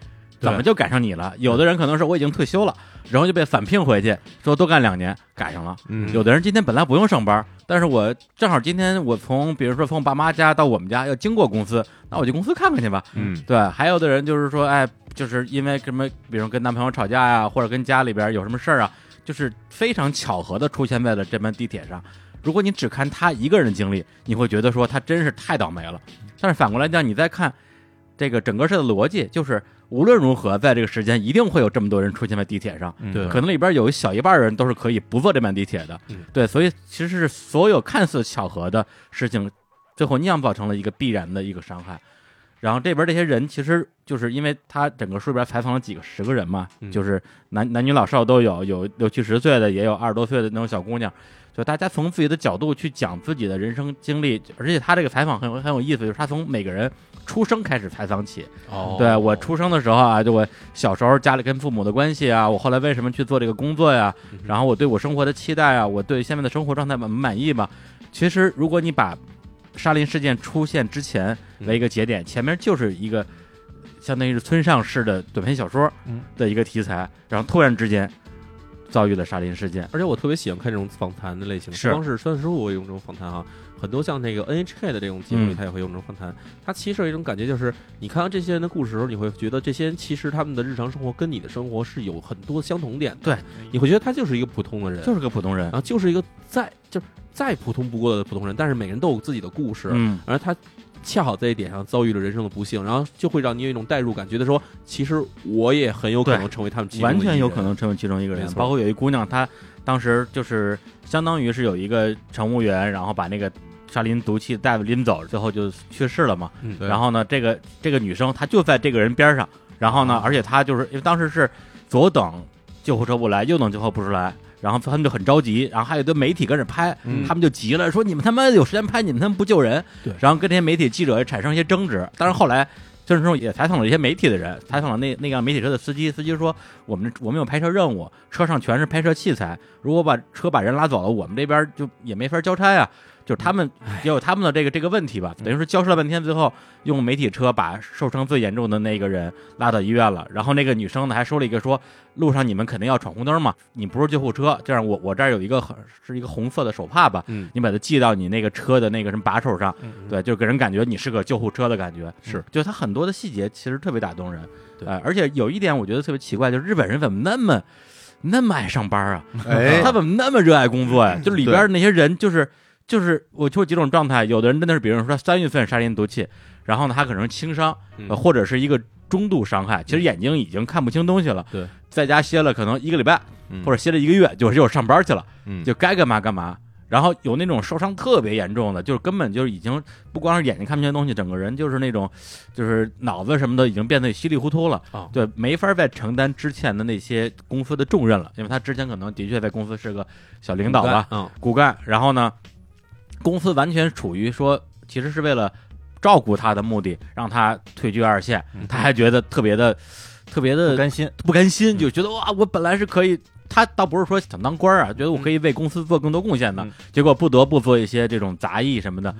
对
怎么就赶上你了？有的人可能是我已经退休了，然后就被返聘回去，说多干两年，赶上了。
嗯，
有的人今天本来不用上班，但是我正好今天我从比如说从我爸妈家到我们家要经过公司，那我去公司看看去吧。
嗯
对，还有的人就是说，哎，就是因为什么，比如跟男朋友吵架呀、或者跟家里边有什么事儿啊，就是非常巧合的出现在了这班地铁上。如果你只看他一个人的经历，你会觉得说他真是太倒霉了。但是反过来讲，你再看这个整个事的逻辑，就是无论如何，在这个时间一定会有这么多人出现在地铁上。
嗯
对
可能里边有一小一半人都是可以不坐这班地铁的，
嗯
对，所以其实是所有看似巧合的事情，最后酿造成了一个必然的一个伤害。然后这边这些人其实就是因为他整个书里边采访了几个十个人嘛，
嗯
就是男男女老少都有，有六七十岁的，也有二十多岁的那种小姑娘，就大家从自己的角度去讲自己的人生经历，而且他这个采访很有很有意思，就是他从每个人出生开始采访起，
哦
对我出生的时候啊，就我小时候家里跟父母的关系啊，我后来为什么去做这个工作呀、
嗯哼
然后我对我生活的期待啊，我对现在的生活状态满不满意嘛？其实如果你把沙林事件出现之前为一个节
嗯
点，前面就是一个相当于是村上式的短篇小说
嗯
的一个题材，然后突然之间遭遇了沙林事件。
而且我特别喜欢看这种访谈的类型，
是
不光是酸师傅会用这种访谈哈，很多像那个 NHK 的这种节目里，
嗯
他也会用这种访谈。他其实有一种感觉，就是你看到这些人的故事的时候，你会觉得这些人其实他们的日常生活跟你的生活是有很多相同点的。
对，
你会觉得他就是一个普通的人，
就是个普通人
然，后就是一个再就是再普通不过的普通人，但是每个人都有自己的故事，
嗯，
而他恰好在一点上遭遇了人生的不幸，然后就会让你有一种代入感，觉得说其实我也很有可能成为他们其中的
完全
一
有
人
可能成为其中一个人
没。错
包括有一姑娘，她当时就是相当于是有一个乘务员，然后把那个沙林毒气大夫拎走，最后就去世了嘛。
嗯
对
然后呢，这个这个女生她就在这个人边上，然后
啊
呢，而且她就是因为当时是左等救护车不来，右等救护车不出来。然后他们就很着急，然后还有一堆媒体跟着拍，
嗯
他们就急了，说你们他妈有时间拍，你们他妈不救人，
对
然后跟这些媒体记者也产生一些争执。但是后来孙志忠也采访了一些媒体的人，采访了那那辆媒体车的司机，司机说我们我们有拍摄任务，车上全是拍摄器材，如果把车把人拉走了，我们这边就也没法交差啊。就是他们也有他们的这个这个问题吧，等于说交涉了半天，最后用媒体车把受伤最严重的那个人拉到医院了。然后那个女生呢还说了一个说，路上你们肯定要闯红灯嘛，你不是救护车，这样我我这儿有一个很是一个红色的手帕吧，
嗯
你把它系到你那个车的那个什么把手上，
嗯
对，就给人感觉你是个救护车的感觉，
是，
就它很多的细节其实特别打动人，
对
呃而且有一点我觉得特别奇怪，就是日本人怎么那么那么爱上班啊？
哎 嗯
他，怎么那么热爱工作呀、就里
对
边那些人，就是就是我就有几种状态，有的人真的是，比如说三月份杀人毒气，然后呢，他可能是轻伤，
嗯
呃或者是一个中度伤害，
嗯
其实眼睛已经看不清东西了，
对，
在家歇了可能一个礼拜
嗯
或者歇了一个月，就是又上班去了，
嗯
就该干嘛干嘛。然后有那种受伤特别严重的，就是根本就是已经不光是眼睛看不见东西，整个人就是那种，就是脑子什么的已经变得稀里糊涂了。
哦
啊
对，没法再承担之前的那些公司的重任了，因为他之前可能的确在公司是个小领导吧，
嗯
骨干。然后呢，公司完全处于说，其实是为了照顾他的目的，让他退居二线，
嗯
他还觉得特别的、特别
不
的
甘心，
不甘心，就觉得哇，我本来是可以。他倒不是说想当官儿啊，觉得我可以为公司做更多贡献的，
嗯
结果不得不做一些这种杂役什么的，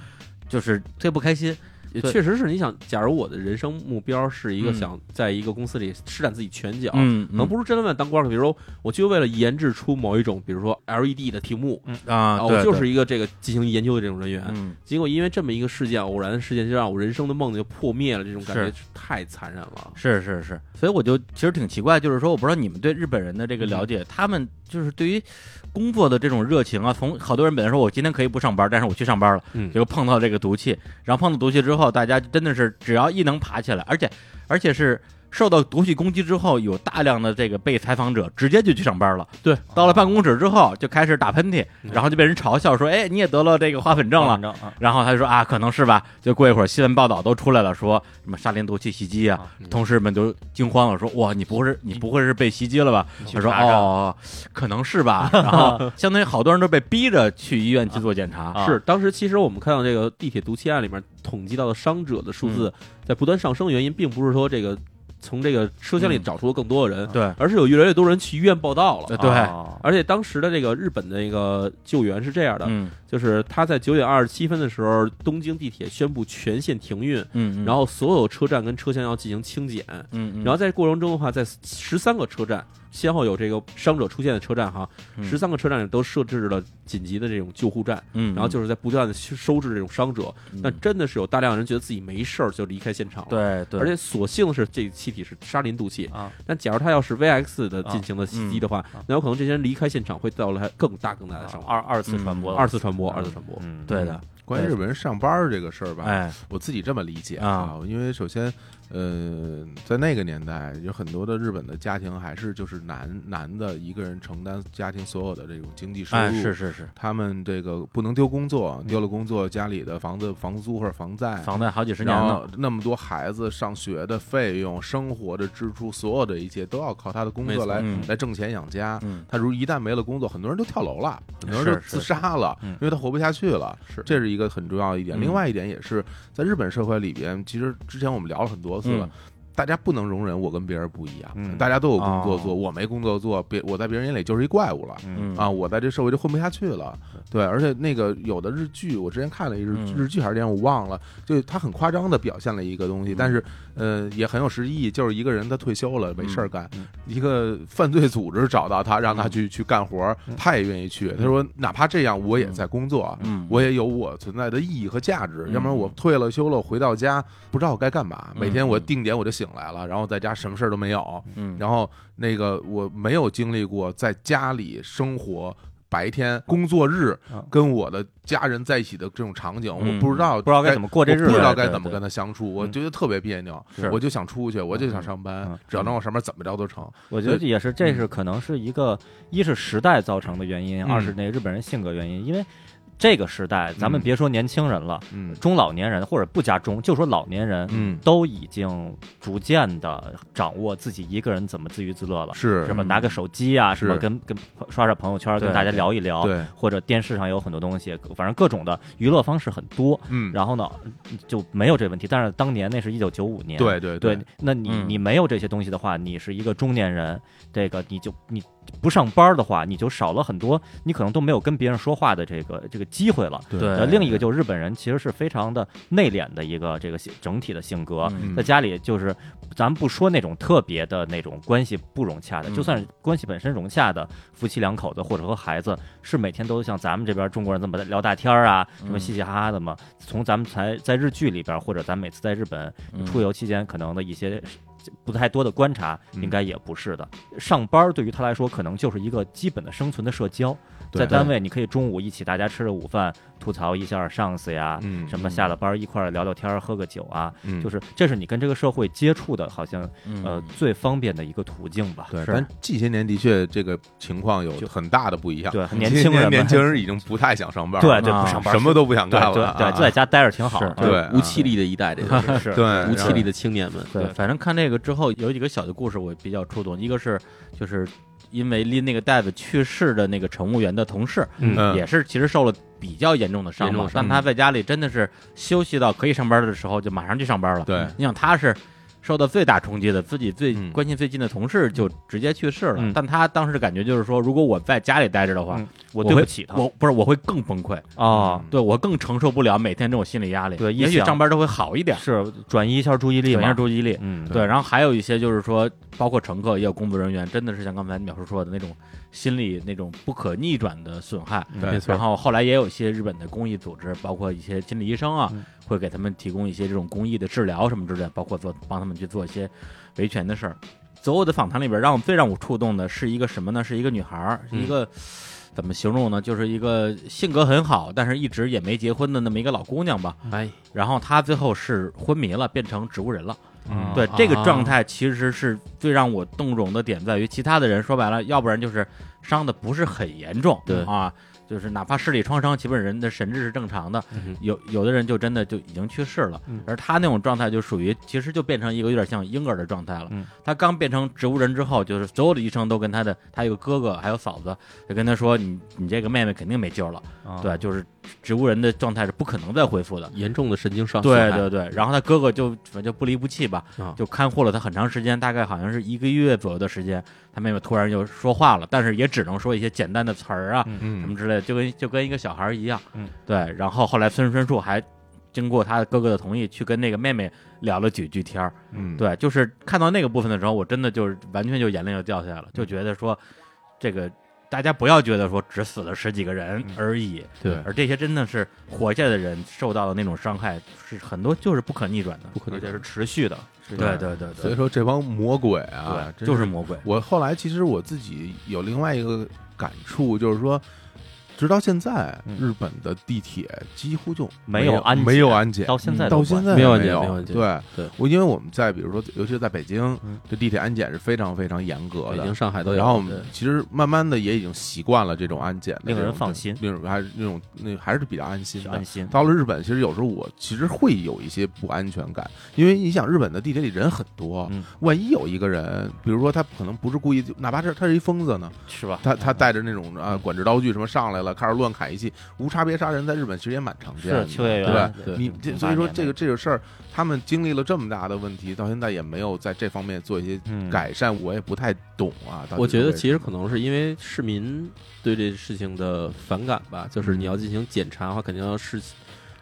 就是特别不开心。
也
对
确实是你想，假如我的人生目标是一个
嗯
想在一个公司里施展自己拳脚，
嗯，
可能不是真的当官儿，比如说我就为了研制出某一种，比如说 LED 的屏幕，
啊，
啊，我
对
就是
对
一个这个进行研究的这种人员。
嗯，
结果因为这么一个事件，偶然的事件，就让我人生的梦就破灭了，这种感觉太残忍了。
是是是，所以我就其实挺奇怪，就是说，我不知道你们对日本人的
嗯
这个了解，他们就是对于工作的这种热情啊，从好多人本来说我今天可以不上班，但是我去上班了，
嗯
结果碰到这个毒气，然后碰到毒气之后，大家真的是只要一能爬起来，而且而且是。受到毒气攻击之后，有大量的这个被采访者直接就去上班了。
对，啊嗯
到了办公室之后就开始打喷嚏，然后就被人嘲笑说：“哎，你也得了这个花粉症了。”
正啊，
然后他就说啊，可能是吧。就过一会儿，新闻报道都出来了，说什么沙林毒气袭击啊，
啊
同事们都惊慌了，说哇，你不会是你不会是被袭击了吧？他说
查查
哦，可能是吧。然后相当于好多人都被逼着去医院去做检查。
啊
是，当时其实我们看到这个地铁毒气案里面统计到的伤者的数字在不断上升，原因并不是说这个从这个车厢里
嗯
找出更多的人，
对
而是有越来越多人去医院报道了。
呃对，
啊
而且当时的这个日本的那个救援是这样的，
嗯
就是他在九点二十七分的时候，东京地铁宣布全线停运，
嗯，嗯
然后所有车站跟车厢要进行清检。
嗯，嗯
然后在过程中的话，在十三个车站，先后有这个伤者出现的车站哈，十三个车站里都设置了紧急的这种救护站，
嗯，
然后就是在不断的收治这种伤者。
嗯
那真的是有大量人觉得自己没事儿就离开现场了。。
对对，
而且所幸的是，这气体是沙林毒气
啊。
但假如它要是 VX 的进行的袭击的话
嗯啊，啊
那有可能这些人离开现场会带来更大更大的伤亡。
二嗯二次传播，
二次传播，二次传播。
嗯，
对的，
嗯关于日本人上班儿这个事儿吧，
哎
我自己这么理解
啊，
因为首先，呃，在那个年代，有很多的日本的家庭还是就是男男的一个人承担家庭所有的这种经嗯济收入，
哎，是是是，
他们这个不能丢工作，丢了工作，家里的房子房租或者房贷，
房贷好几十年
然
了，
后那么多孩子上学的费用、生活的支出，所有的一切都要靠他的工
没
作
错
来、
嗯
来挣钱养家。
嗯，
他如一旦没了工作，很多人都跳楼了，很多人就是自
是
杀了，
嗯
因为他活不下去了。
是
这是一个很重要的一点。
嗯
另外一点也是在日本社会里边，其实之前我们聊了很多次了。
嗯
大家不能容忍我跟别人不一样，
嗯
大家都有工作做，
哦
我没工作做，别我在别人眼里就是一怪物了。
嗯
啊，，我在这社会就混不下去了。对，而且那个有的日剧，我之前看了一日、
嗯
日剧还是电影，我忘了，就他很夸张的表现了一个
嗯
东西，但是呃也很有实意义，就是一个人他退休了没事儿干，
嗯
一个犯罪组织找到他，让他
嗯
去、去干活儿，
嗯
他也愿意去。他说哪怕这样，我也在工作。
嗯，
我也有我存在的意义和价值，
嗯
要不然我退了休了，回到家不知道我该干嘛。
嗯
每天我
嗯
定点我就醒来了，然后在家什么事儿都没有，
嗯，
然后那个我没有经历过在家里生活白天工作日
嗯
跟我的家人在一起的这种场景，
嗯
我不知道
不知道该
该
怎么过这日
我不
子，啊
知道
对
该怎么
对
跟他相处，我
嗯
觉得特别别扭
是，
我就想出去，我就想上班，
嗯
只要能往上面怎么着都成。
我觉得也是，这是可能是一个，一是时代造成的原因，
嗯
二是那日本人性格原因。因为这个时代，咱们
嗯
别说年轻人了，
嗯
中老年人或者不加中，就说老年人，
嗯，
都已经逐渐的掌握自己一个人怎么自娱自乐了，
是
什么拿个手机啊，什么
是
跟跟刷刷朋友圈，
对
跟大家聊一聊，
对，
或者电视上有很多东西，反正各种的娱乐方式很多。
嗯，
然后呢，就没有这问题。但是当年那是一九九五年，
对对
啊对，那你
嗯
你没有这些东西的话，你是一个中年人，这个你就你不上班的话，你就少了很多，你可能都没有跟别人说话的这个这个机会了。
对
呃，另一个就是日本人其实是非常的内敛的一个这个性整体的性格，
嗯
在家里就是咱不说那种特别的那种关系不融洽的，
嗯
就算是关系本身融洽的夫妻两口子或者和孩子，是每天都像咱们这边中国人这么聊大天儿啊，什么
嗯
嘻嘻哈哈的嘛。从咱们才在日剧里边，或者咱每次在日本
嗯
出呃游期间可能的一些不太多的观察，
嗯
应该也不是的。上班儿对于他来说，可能就是一个基本的生存的社交。
对
在单位，你可以中午一起大家吃着午饭，吐槽一下上司呀，
嗯
啊什么下了班儿一块儿聊聊天儿、喝个酒啊，
嗯
就是这是你跟这个社会接触的，好像呃
嗯
最方便的一个途径吧。
对，
是
但近些年的确这个情况有
就
很大的不一样。
对
近
年
些
轻人
年
们
年轻人已经不太想上班
对
了，
对
啊
不上班
什么
都
都不想
对
干
对
了，啊
对，就在家待着挺好。啊
是
对
无气力的一代，这个是
是
对，然 后
无气力的青年们。
对，反正看这个之后有几个小的故事我比较触动，一个是就是因为拎那个袋子去世的那个乘务员的同事，
嗯
嗯
也是其实受了比较严重的伤
严重
嘛
的，伤
但他在家里真的是休息到可以上班的时候就马上去上班了。
对
你想他是受到最大冲击的，自己最
嗯
关心最近的同事就直接去世了，
嗯
但他当时的感觉就是说，如果我在家里待着的话，
嗯
我
对
会
不起他
我不是我会更崩溃，
嗯
哦，
对我更承受不了每天这种心理压力。
对一
也许
想
上班都会好一点，
是转移一下注意力
转移
嘛
下。注意力。
嗯，
对，然后还有一些就是说，包括乘客也有工作人员，真的是像刚才淼叔说的那种心理那种不可逆转的损害。
嗯
对
没
然
错，
后后来也有一些日本的公益组织，包括一些心理医生啊，
嗯
会给他们提供一些这种公益的治疗什么之类的，包括做帮他们去做一些维权的事儿。所有的访谈里边，让我最让我触动的是一个什么呢？是一个女孩儿，是一个、怎么形容呢？就是一个性格很好，但是一直也没结婚的那么一个老姑娘吧。
哎，
然后她最后是昏迷了，变成植物人了。
嗯
对这个
啊
状态，其实是最让我动容的点在于，其他的人说白了，要不然就是伤的不是很严重，
对
啊，就是哪怕视力创伤，基本人的神志是正常的，
嗯哼
有有的人就真的就已经去世了，
嗯
而他那种状态就属于，其实就变成一个有点像婴儿的状态了。
嗯
他刚变成植物人之后，就是所有的医生都跟他的，他有个哥哥还有嫂子，就跟他说，你你这个妹妹肯定没救了，
啊
对，就是植物人的状态是不可能再恢复的。
严重的神经伤
对
损害
对对，然后他哥哥就反正就不离不弃吧，
啊
就看护了他很长时间，大概好像是一个月左右的时间，他妹妹突然就说话了，但是也只能说一些简单的词儿啊、什
嗯
么之类的，就跟就跟一个小孩儿一样。
嗯，
对。然后后来孙春树还经过他哥哥的同意，去跟那个妹妹聊了几句天儿。
嗯，
对，就是看到那个部分的时候，我真的就是完全就眼泪就掉下来了，就觉得说这个。大家不要觉得说只死了十几个人
嗯
而已，
对
而这些真的是活下来的人受到的那种伤害是很多就是不可逆转的，
不可能
而且是持续的，
对对对
所以
对，
说这帮魔鬼啊，
对，
真
就是是魔鬼，
我后来其实我自己有另外一个感触，就是说，直到现在，
嗯
日本的地铁几乎就
没有
有
安检
没安检，
到现在都
嗯到
管
现在
没有安
也
检
有
没有安检
对
对
我因为我们在比如说，尤其是在北京
嗯，
这地铁安检是非常非常严格
北
的
京、。上海都有。
然后我们
对
其实慢慢的也已经习惯了这种安检的这种，
令人放心
令人还是那种那还是比较安心的
安。心。
到了日本，其实有时候我其实会有一些不安全感，因为你想日本的地铁里人很多，
嗯
万一有一个人，比如说他可能不是故意，哪怕是他是一疯子呢，
是吧？
他他带着那种啊管制刀具什么上来了，开始乱砍一气，无差别杀人在日本其实也蛮常见的，
是秋叶
对吧
原，
对
你
挺
这
挺
所
大
以说
年
这
代
个这个事儿，他们经历了这么大的问题，到现在也没有在这方面做一些
嗯
改善，我也不太懂啊。到底
我觉得
是为
其实可能是因为市民对这事情的反感吧，就是你要进行检查的话，肯定要是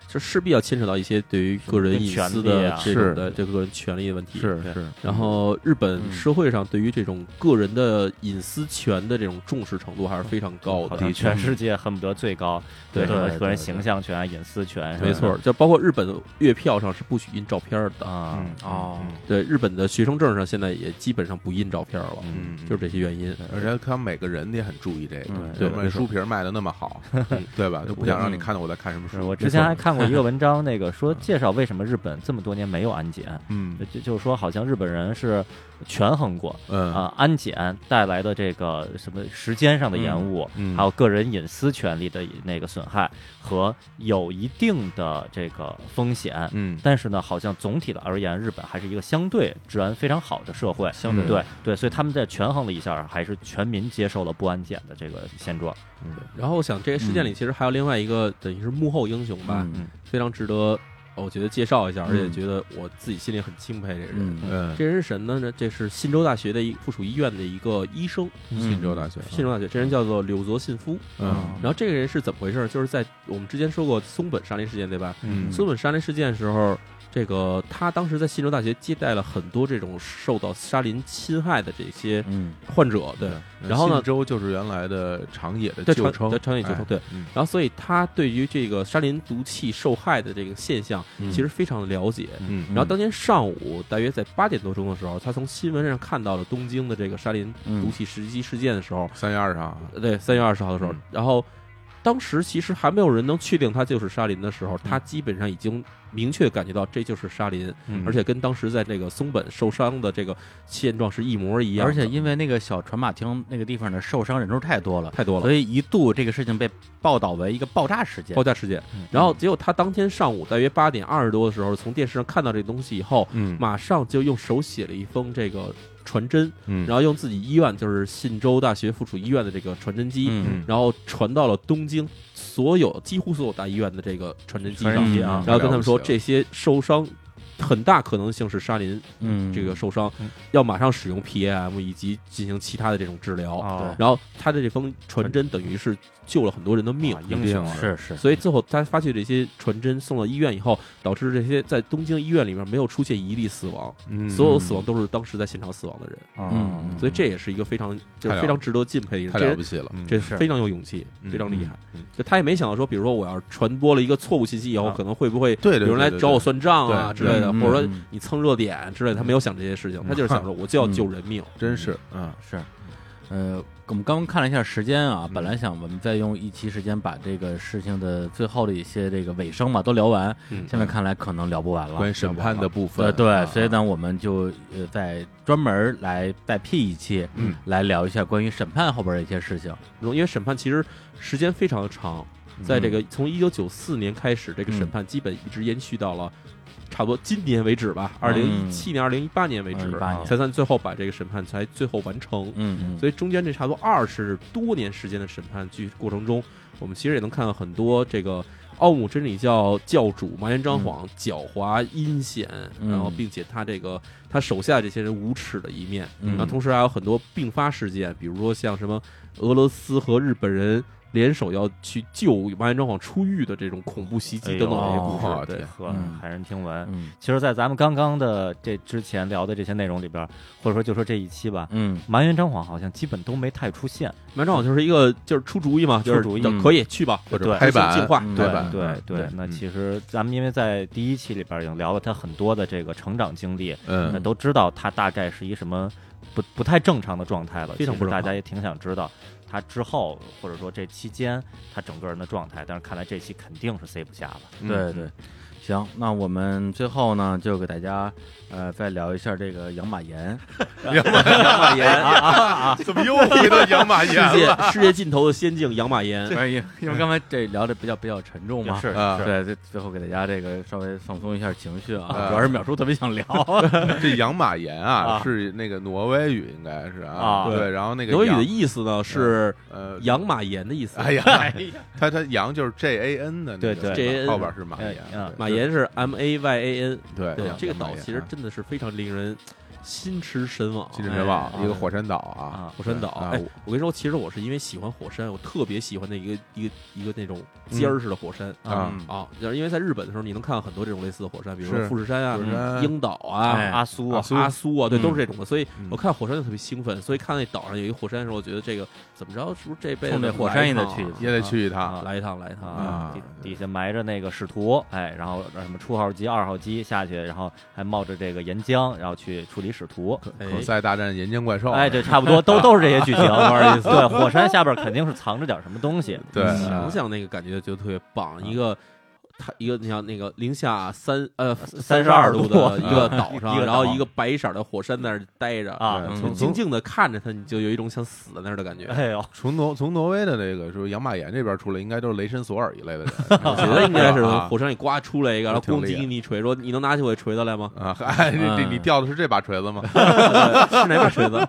就势必要牵扯到一些对于个人隐私
跟权利
的
啊
这种的这个个人权利的问题。
是
对
是
然后日本
嗯
社会上对于这种个人的隐私权的这种重视程度还是非常高
好
的。
像全世界恨不得最高，
对
什么
对
个人
对
形象权啊、隐私权，
没错，就包括日本的月票上是不许印照片的，
嗯
啊，
哦，
对，日本的学生证上现在也基本上不印照片了，
嗯，
就是这些原因。
而且他们每个人也很注意这个，
嗯
对
要不
没
然
错
书皮儿卖的那么好，嗯对吧？就不想让你看到我在看什么
是
书。
我
没
之
错
前还看过一个文章，那个说介绍为什么日本这么多年没有安检，
嗯
就就是说好像日本人是权衡过
嗯
啊、安检带来的这个什么时间上的延误，
嗯嗯
还有个人隐私权利的那个损害和有一定的这个风险。
嗯
但是呢，好像总体的而言，日本还是一个相对治安非常好的社会。
相
对
对对，所以他们在权衡了一下，还是全民接受了不安检的这个现状。
然后我想这个事件里其实还有另外一个等于是幕后英雄吧，
嗯
非常值得呃我觉得介绍一下，而且
嗯
觉得我自己心里很钦佩这个人。
嗯
嗯，
这人是神呢？这这是信州大学的一附属医院的一个医生，
信州大学，啊
信州大学这人叫做柳泽信夫。
嗯
然后这个人是怎么回事？就是在我们之前说过松本杀林事件对吧？
嗯
松本杀林事件的时候，这个他当时在信州大学接待了很多这种受到沙林侵害的这些
嗯
患者，对。
嗯
然后呢
信州就是原来的长野的
对
旧
长
称，
对长野旧
哎
称对，
嗯
然后，所以他对于这个沙林毒气受害的这个现象，
嗯
其实非常的了解。
嗯
然后当天上午大约在八点多钟的时候，他从新闻上看到了东京的这个沙林毒
嗯
气袭击事件的时候，
三月二十号，啊
呃对，三月二十号的时候
嗯，
然后当时其实还没有人能确定他就是沙林的时候，他基本上已经明确感觉到这就是沙林，
嗯
而且跟当时在这个松本受伤的这个现状是一模一样的，
而且因为那个小传马町那个地方的受伤人数太多了，
太多了
所。以一度这个事情被报道为一个爆炸事件
爆。炸事件
嗯，
然后结果他当天上午大约八点二十多的时候，从电视上看到这东西以后，
嗯
马上就用手写了一封这个传真，
嗯
然后用自己医院，就是信州大学附属医院的这个传真机，
嗯，
然后传到了东京所有几乎所有大医院的这个传真机上
传，真
嗯
机啊，
然后跟他们说
太了不起
这
了
些受伤。很大可能性是沙林
嗯，
这个受伤
嗯，
要马上使用 PAM 以及进行其他的这种治疗。
嗯
哦
然后他的这封传真等于是救了很多人的命
啊，英雄
了
是是，
所以最后他发去这些传真送到医院以后，导致这些在东京医院里面没有出现一例死亡，
嗯
所有死亡都是当时在现场死亡的人，
嗯
所以这也是一个非常就是
太了
非常值得敬佩的一个
太
人。这
了
人
不起了，
这
是
非常有勇气，
嗯
非常厉害
嗯嗯。
就他也没想到说，比如说我要是传播了一个错误信息以后，
啊
可能会不会
对对，
有人来
对
找我，算账啊
对
之类的，
嗯
或者说
嗯
你蹭热点之类的，他没有想这些事情，他就是
嗯
想说我就要救人命。
对真是嗯
是，呃，我们刚刚看了一下时间啊，本来想我们再用一期时间把这个事情的最后的一些这个尾声嘛都聊完，
嗯
现在看来可能聊不完了。
关于审判的部
呃，
分，
对，
啊
所以呢，我们就呃再专门来再 P 一期，
嗯，
来聊一下关于审判后边的一些事情。
因为审判其实时间非常长，在这
嗯
个从一九九四年开始，这个审判基本一直延续到了差不多今年为止吧，二零一
嗯
七年、二零一八年为止，啊
2018年
才算最后把这个审判才最后完成。
嗯嗯，
所以中间这差不多二十多年时间的审判剧过程中，我们其实也能看到很多这个奥姆真理教教主麻原彰晃狡猾阴险，
嗯
然后并且他这个他手下这些人无耻的一面，
嗯
然后同时还有很多并发事件，比如说像什么俄罗斯和日本人。联手要去救麻原彰晃出狱的这种恐怖袭击等等这些故事，
哎呦
对
天，
和
嗯
骇人听闻。
嗯
其实，在咱们刚刚的这之前聊的这些内容里边，或者说就说这一期吧，
嗯
麻原彰晃好像基本都没太出现。
麻原彰晃就是一个就是出主意嘛，就是
出主意
等可以去吧，
或者
对
拍
进
板
化，
嗯
拍
对
板，
对对，那其实咱们因为在第一期里边已经聊了他很多的这个成长经历，那
嗯
都知道他大概是一什么不不太正常的状态了。
非常
其
不正常
实大家也挺想知道他之后或者说这期间他整个人的状态，但是看来这期肯定是塞不下了。
嗯
对对，行，那我们最后呢，就给大家呃再聊一下这个养马炎，
养马岩，
怎 么又提到养马岩
世
了？
界世界尽头的仙境养马 岩，
因为因为刚才这聊的比较比较沉重嘛，
是
啊，
对，最最后给大家这个稍微放松一下情绪啊，
啊
主要是淼叔特别 想聊，
这养马岩啊
啊
是那个挪威语应该是
啊
对，然后那个
挪威语的
羊
意思呢是
呃
养马岩的意思。
哎呀， 它它羊就是 J A N 的那个，
对对
JAN
后边是马岩
哎啊，
对
马岩是 M A Y A N，
对
对
养
这个
养马
岛
岩
其实
啊
真的是非常令人心驰神往。
金
驰
针别
哎
忘
啊
一个火山岛啊
啊，
火山岛，
啊
哎，我跟你说，其实我是因为喜欢火山，我特别喜欢那一个一个一个那种
嗯
尖儿式的火山
啊
嗯
啊，就是因为在日本的时候，你能看到很多这种类似的火山，比如
是
说富士山啊、
火
嗯
山
樱岛啊、
哎
阿苏
阿
啊，
苏阿苏啊，对，
嗯
都是这种的。所以
嗯
我看火山就特别兴奋，所以看那岛上有一个火山的时候，我觉得这个怎么着，是不是这辈子
冲这火山也得去
来一趟啊
也得去一趟
啊
来一趟，来一趟
啊
嗯
底底下埋着那个使徒，哎，然后什么初号机、二号机下去，然后还冒着这个岩浆，然后去处理使徒。
哎
可赛大战岩浆怪
哦
兽，
哎，对，差不 多都都是这些剧情，对，火山下边肯定是藏着点什么东西。
对，啊
想想那个感觉就特别棒，一个。它一个你像那个零下三呃三
32
十二度的
度
一个岛
一
上，
个岛
然后一个白色的火山在那儿待着
啊
对
嗯
你静
从从
静的看着它，你就有一种想死在那儿的感 觉。
哎呦，
从挪从挪威的那个说养马岩这边出来，应该都是雷神索尔一类 的人，
我觉得应该是
啊
从火山里刮出来一个，然后
挺
咣
厉害？
叽给你一锤，说你能拿起我的锤子来吗
啊，哎，这这
嗯
你掉的是这把锤子吗？
是哪把锤 子？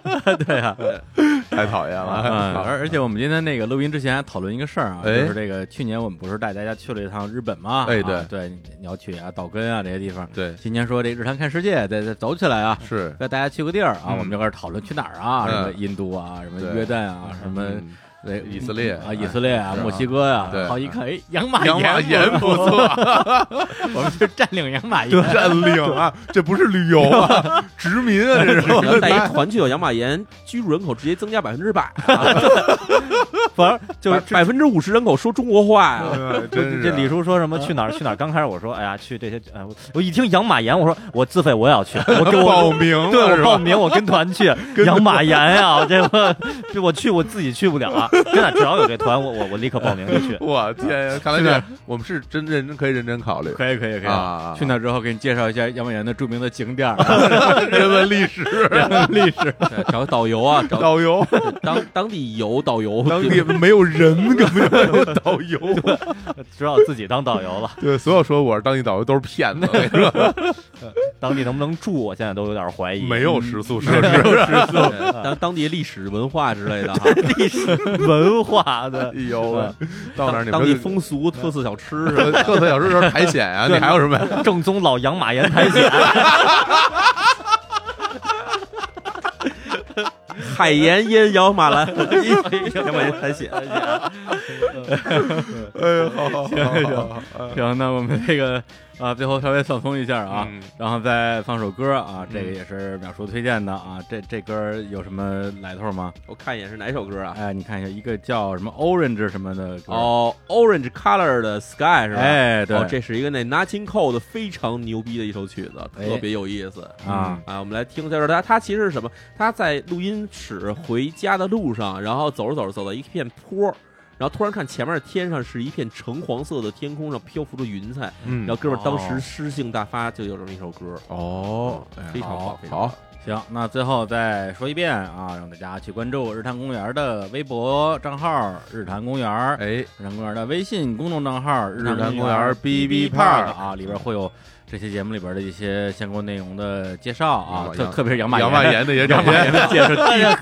太讨厌
嗯，
了，
而而且我们今天那个录音之前还讨论一个事儿啊，就
哎
是这个去年我们不是带大家去了一趟日本嘛，
哎
啊
对
对，鸟取啊、岛根啊这些地方，
对，
今年说这日常看世界，再再走起来啊，
是
带大家去个地儿啊，
嗯
我们就开始讨论去哪儿啊，
嗯
什么印度啊，什么
对
约旦啊，什么
嗯
那
以色列
啊，以色列啊，
是啊
墨西哥呀
对，
好一看，哎，养马
养马
岩
岩
嘛，
不错，
我们是占领养马岩，
占领啊，这不是旅游啊，殖民啊，这是
你要带一团去有养马岩，居住人口直接增加百分之百 啊，
反正就是
百百分之五嗯十人口说中国话啊呀。
哎真
这
是
这李叔说什
嗯
么去哪儿去哪儿？刚开始我说，哎呀，去这些，哎，我我一听养马岩，我说我自费我也 要去，我跟
啊报
我
名了
对
是吧。
我报名，我跟团去养马岩呀，我这我这我去我自己去不了啊，真的，只要有这团，我我我立刻报名就去
我天呀！看来这我们是真认真可以认真考虑
可以可以可
啊
以，去那儿之后给你介绍一下养马岩的著名的景点儿、
人文历史、
人文历史，
对找导游 啊，找
导游，
当当地有导 游，
当地没有人，根本就没有导游。
只好自己当导游了，
对，所有说我是当地导游都是骗子，我跟你说
当地能不能住，我现在都有点怀疑。
没有食宿设施。
对当当地历史文化之类的哈，
历史 文化的
哎，呦喂，到那
当
儿你
当
们
地
就
风俗特色小吃是吧？
特特色小吃就是苔藓啊，你还有什么呀？
正宗老养马岩苔藓，
海盐烟摇马 兰，养马岩苔藓。
哎呦，好好好好好，
行，那我们这个啊，最后稍微放松一下啊，
嗯
然后再放首歌啊，这个也是淼叔推荐的啊，这这歌有什么来头吗？
我看一眼是哪首歌啊？
哎，你看一下，一个叫什么 Orange 什么的歌，
哦，Orange Color 的 Sky 是吧？
哎，对，
哦，这是一个那 Nothing Cold 非常牛逼的一首曲子，
哎
特别有意思。
啊，
啊，我们来听一下他，他其实是什么？他在录音室回家的路上，然后走着走着走到一片坡儿，然后突然看前面的天上是一片橙黄色的天空，上漂浮着云彩，
嗯
然后哥们儿当时
哦
诗性大发，就有这么一首歌，
哦，哎
非常
好
棒，非常
好
棒，
行，那最后再说一遍啊，让大家去关注日坛公园的微博账号“日坛公园”，
哎，
日坛公园的微信公众账号“日
坛公
公
园
BB
BB
Park” 啊，里边会有这期节目里边的一些相关内容的介绍啊，
养
特特别是养马
哎杨
岩
万言的也照
养马
片
岩，的介绍地
哎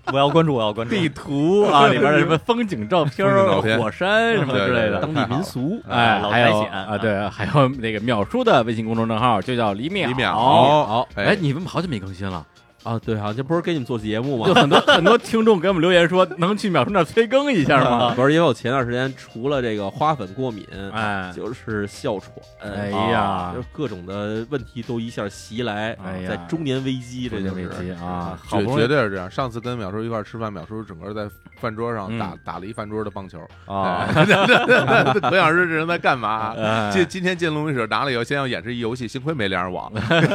我要关注，我要关注。
地图 啊，里边的什么风景照片
风景照片
儿、啊火山什么之类
对对
的
对。
当地民俗。
哎，
老
还有
苔藓
啊，
啊
对，还有那个淼叔的微信公众账号就叫李淼。
嗯李淼
好，
哎
哎，你们好久没更新了，
啊，对啊，这不是给你们做节目吗
就？很多很多听众给我们留言说，能去淼叔那儿催更一下 吗？
啊不是，因为我前段时间除了这个花粉过敏，
哎，
就是哮喘，
哎
啊
呀
就是，各种的问题都一下袭来，
哎呀
在中年危机，
这
这
就
就是
危机啊，
好
绝
不容易
绝对是这样。上次跟淼叔一块儿吃饭，淼叔整个在饭桌上打打了一饭桌的棒球。
啊，
哎何老师这人在干嘛？
哎
今今天进录音室拿了以后，先要演示一游戏，幸亏没连上网，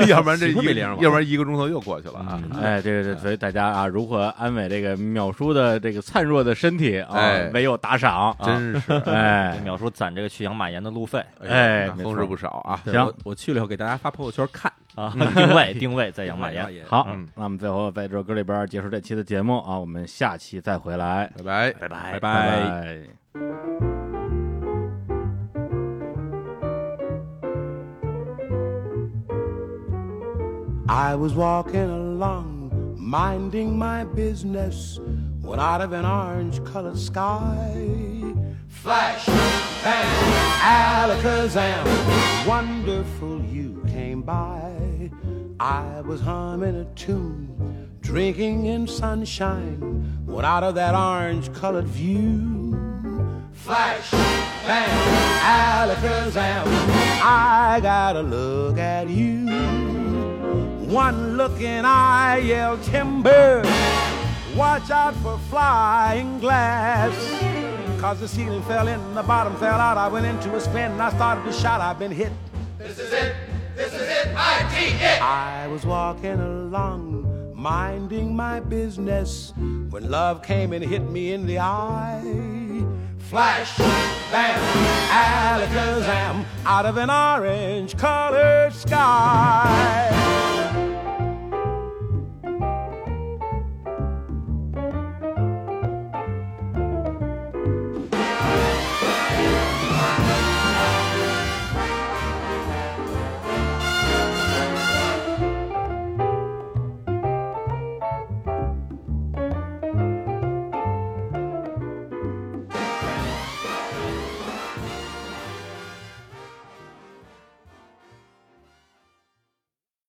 要不然这
幸亏没
一
连上网
要不然一个钟头又过去了
嗯哎，这个所以大家啊，如何安慰这个淼叔的这个孱弱的身体啊
哎？
唯有打赏，
真是
哎，
秒叔攒这个去养马岩的路费
哎
呀那
没
丰
错
实不少啊。
对
行
我我去了以后给大家发朋友圈看
啊，定位定位在养马
呀
岩。
也
好
嗯，
那我们最后在这首歌里边结束这期的节目啊，我们下期再回来，
拜拜。
拜拜
拜
哎拜
拜。
拜。
I was walking along, minding my business, when out of an orange colored sky, flash, bang, alakazam, wonderful you came by. I was humming a tune, drinking in sunshine, when out of that orange colored view, flash, bang, alakazam, I gotta look at you. One look and I yell timber, watch out for flying glass. Cause the ceiling fell in, the bottom fell out, I went into a spin, and I started to shout, I've been hit. I was walking along, minding my business, when love came and hit me in the eye. Flash, bam, alakazam, out of an orange colored sky.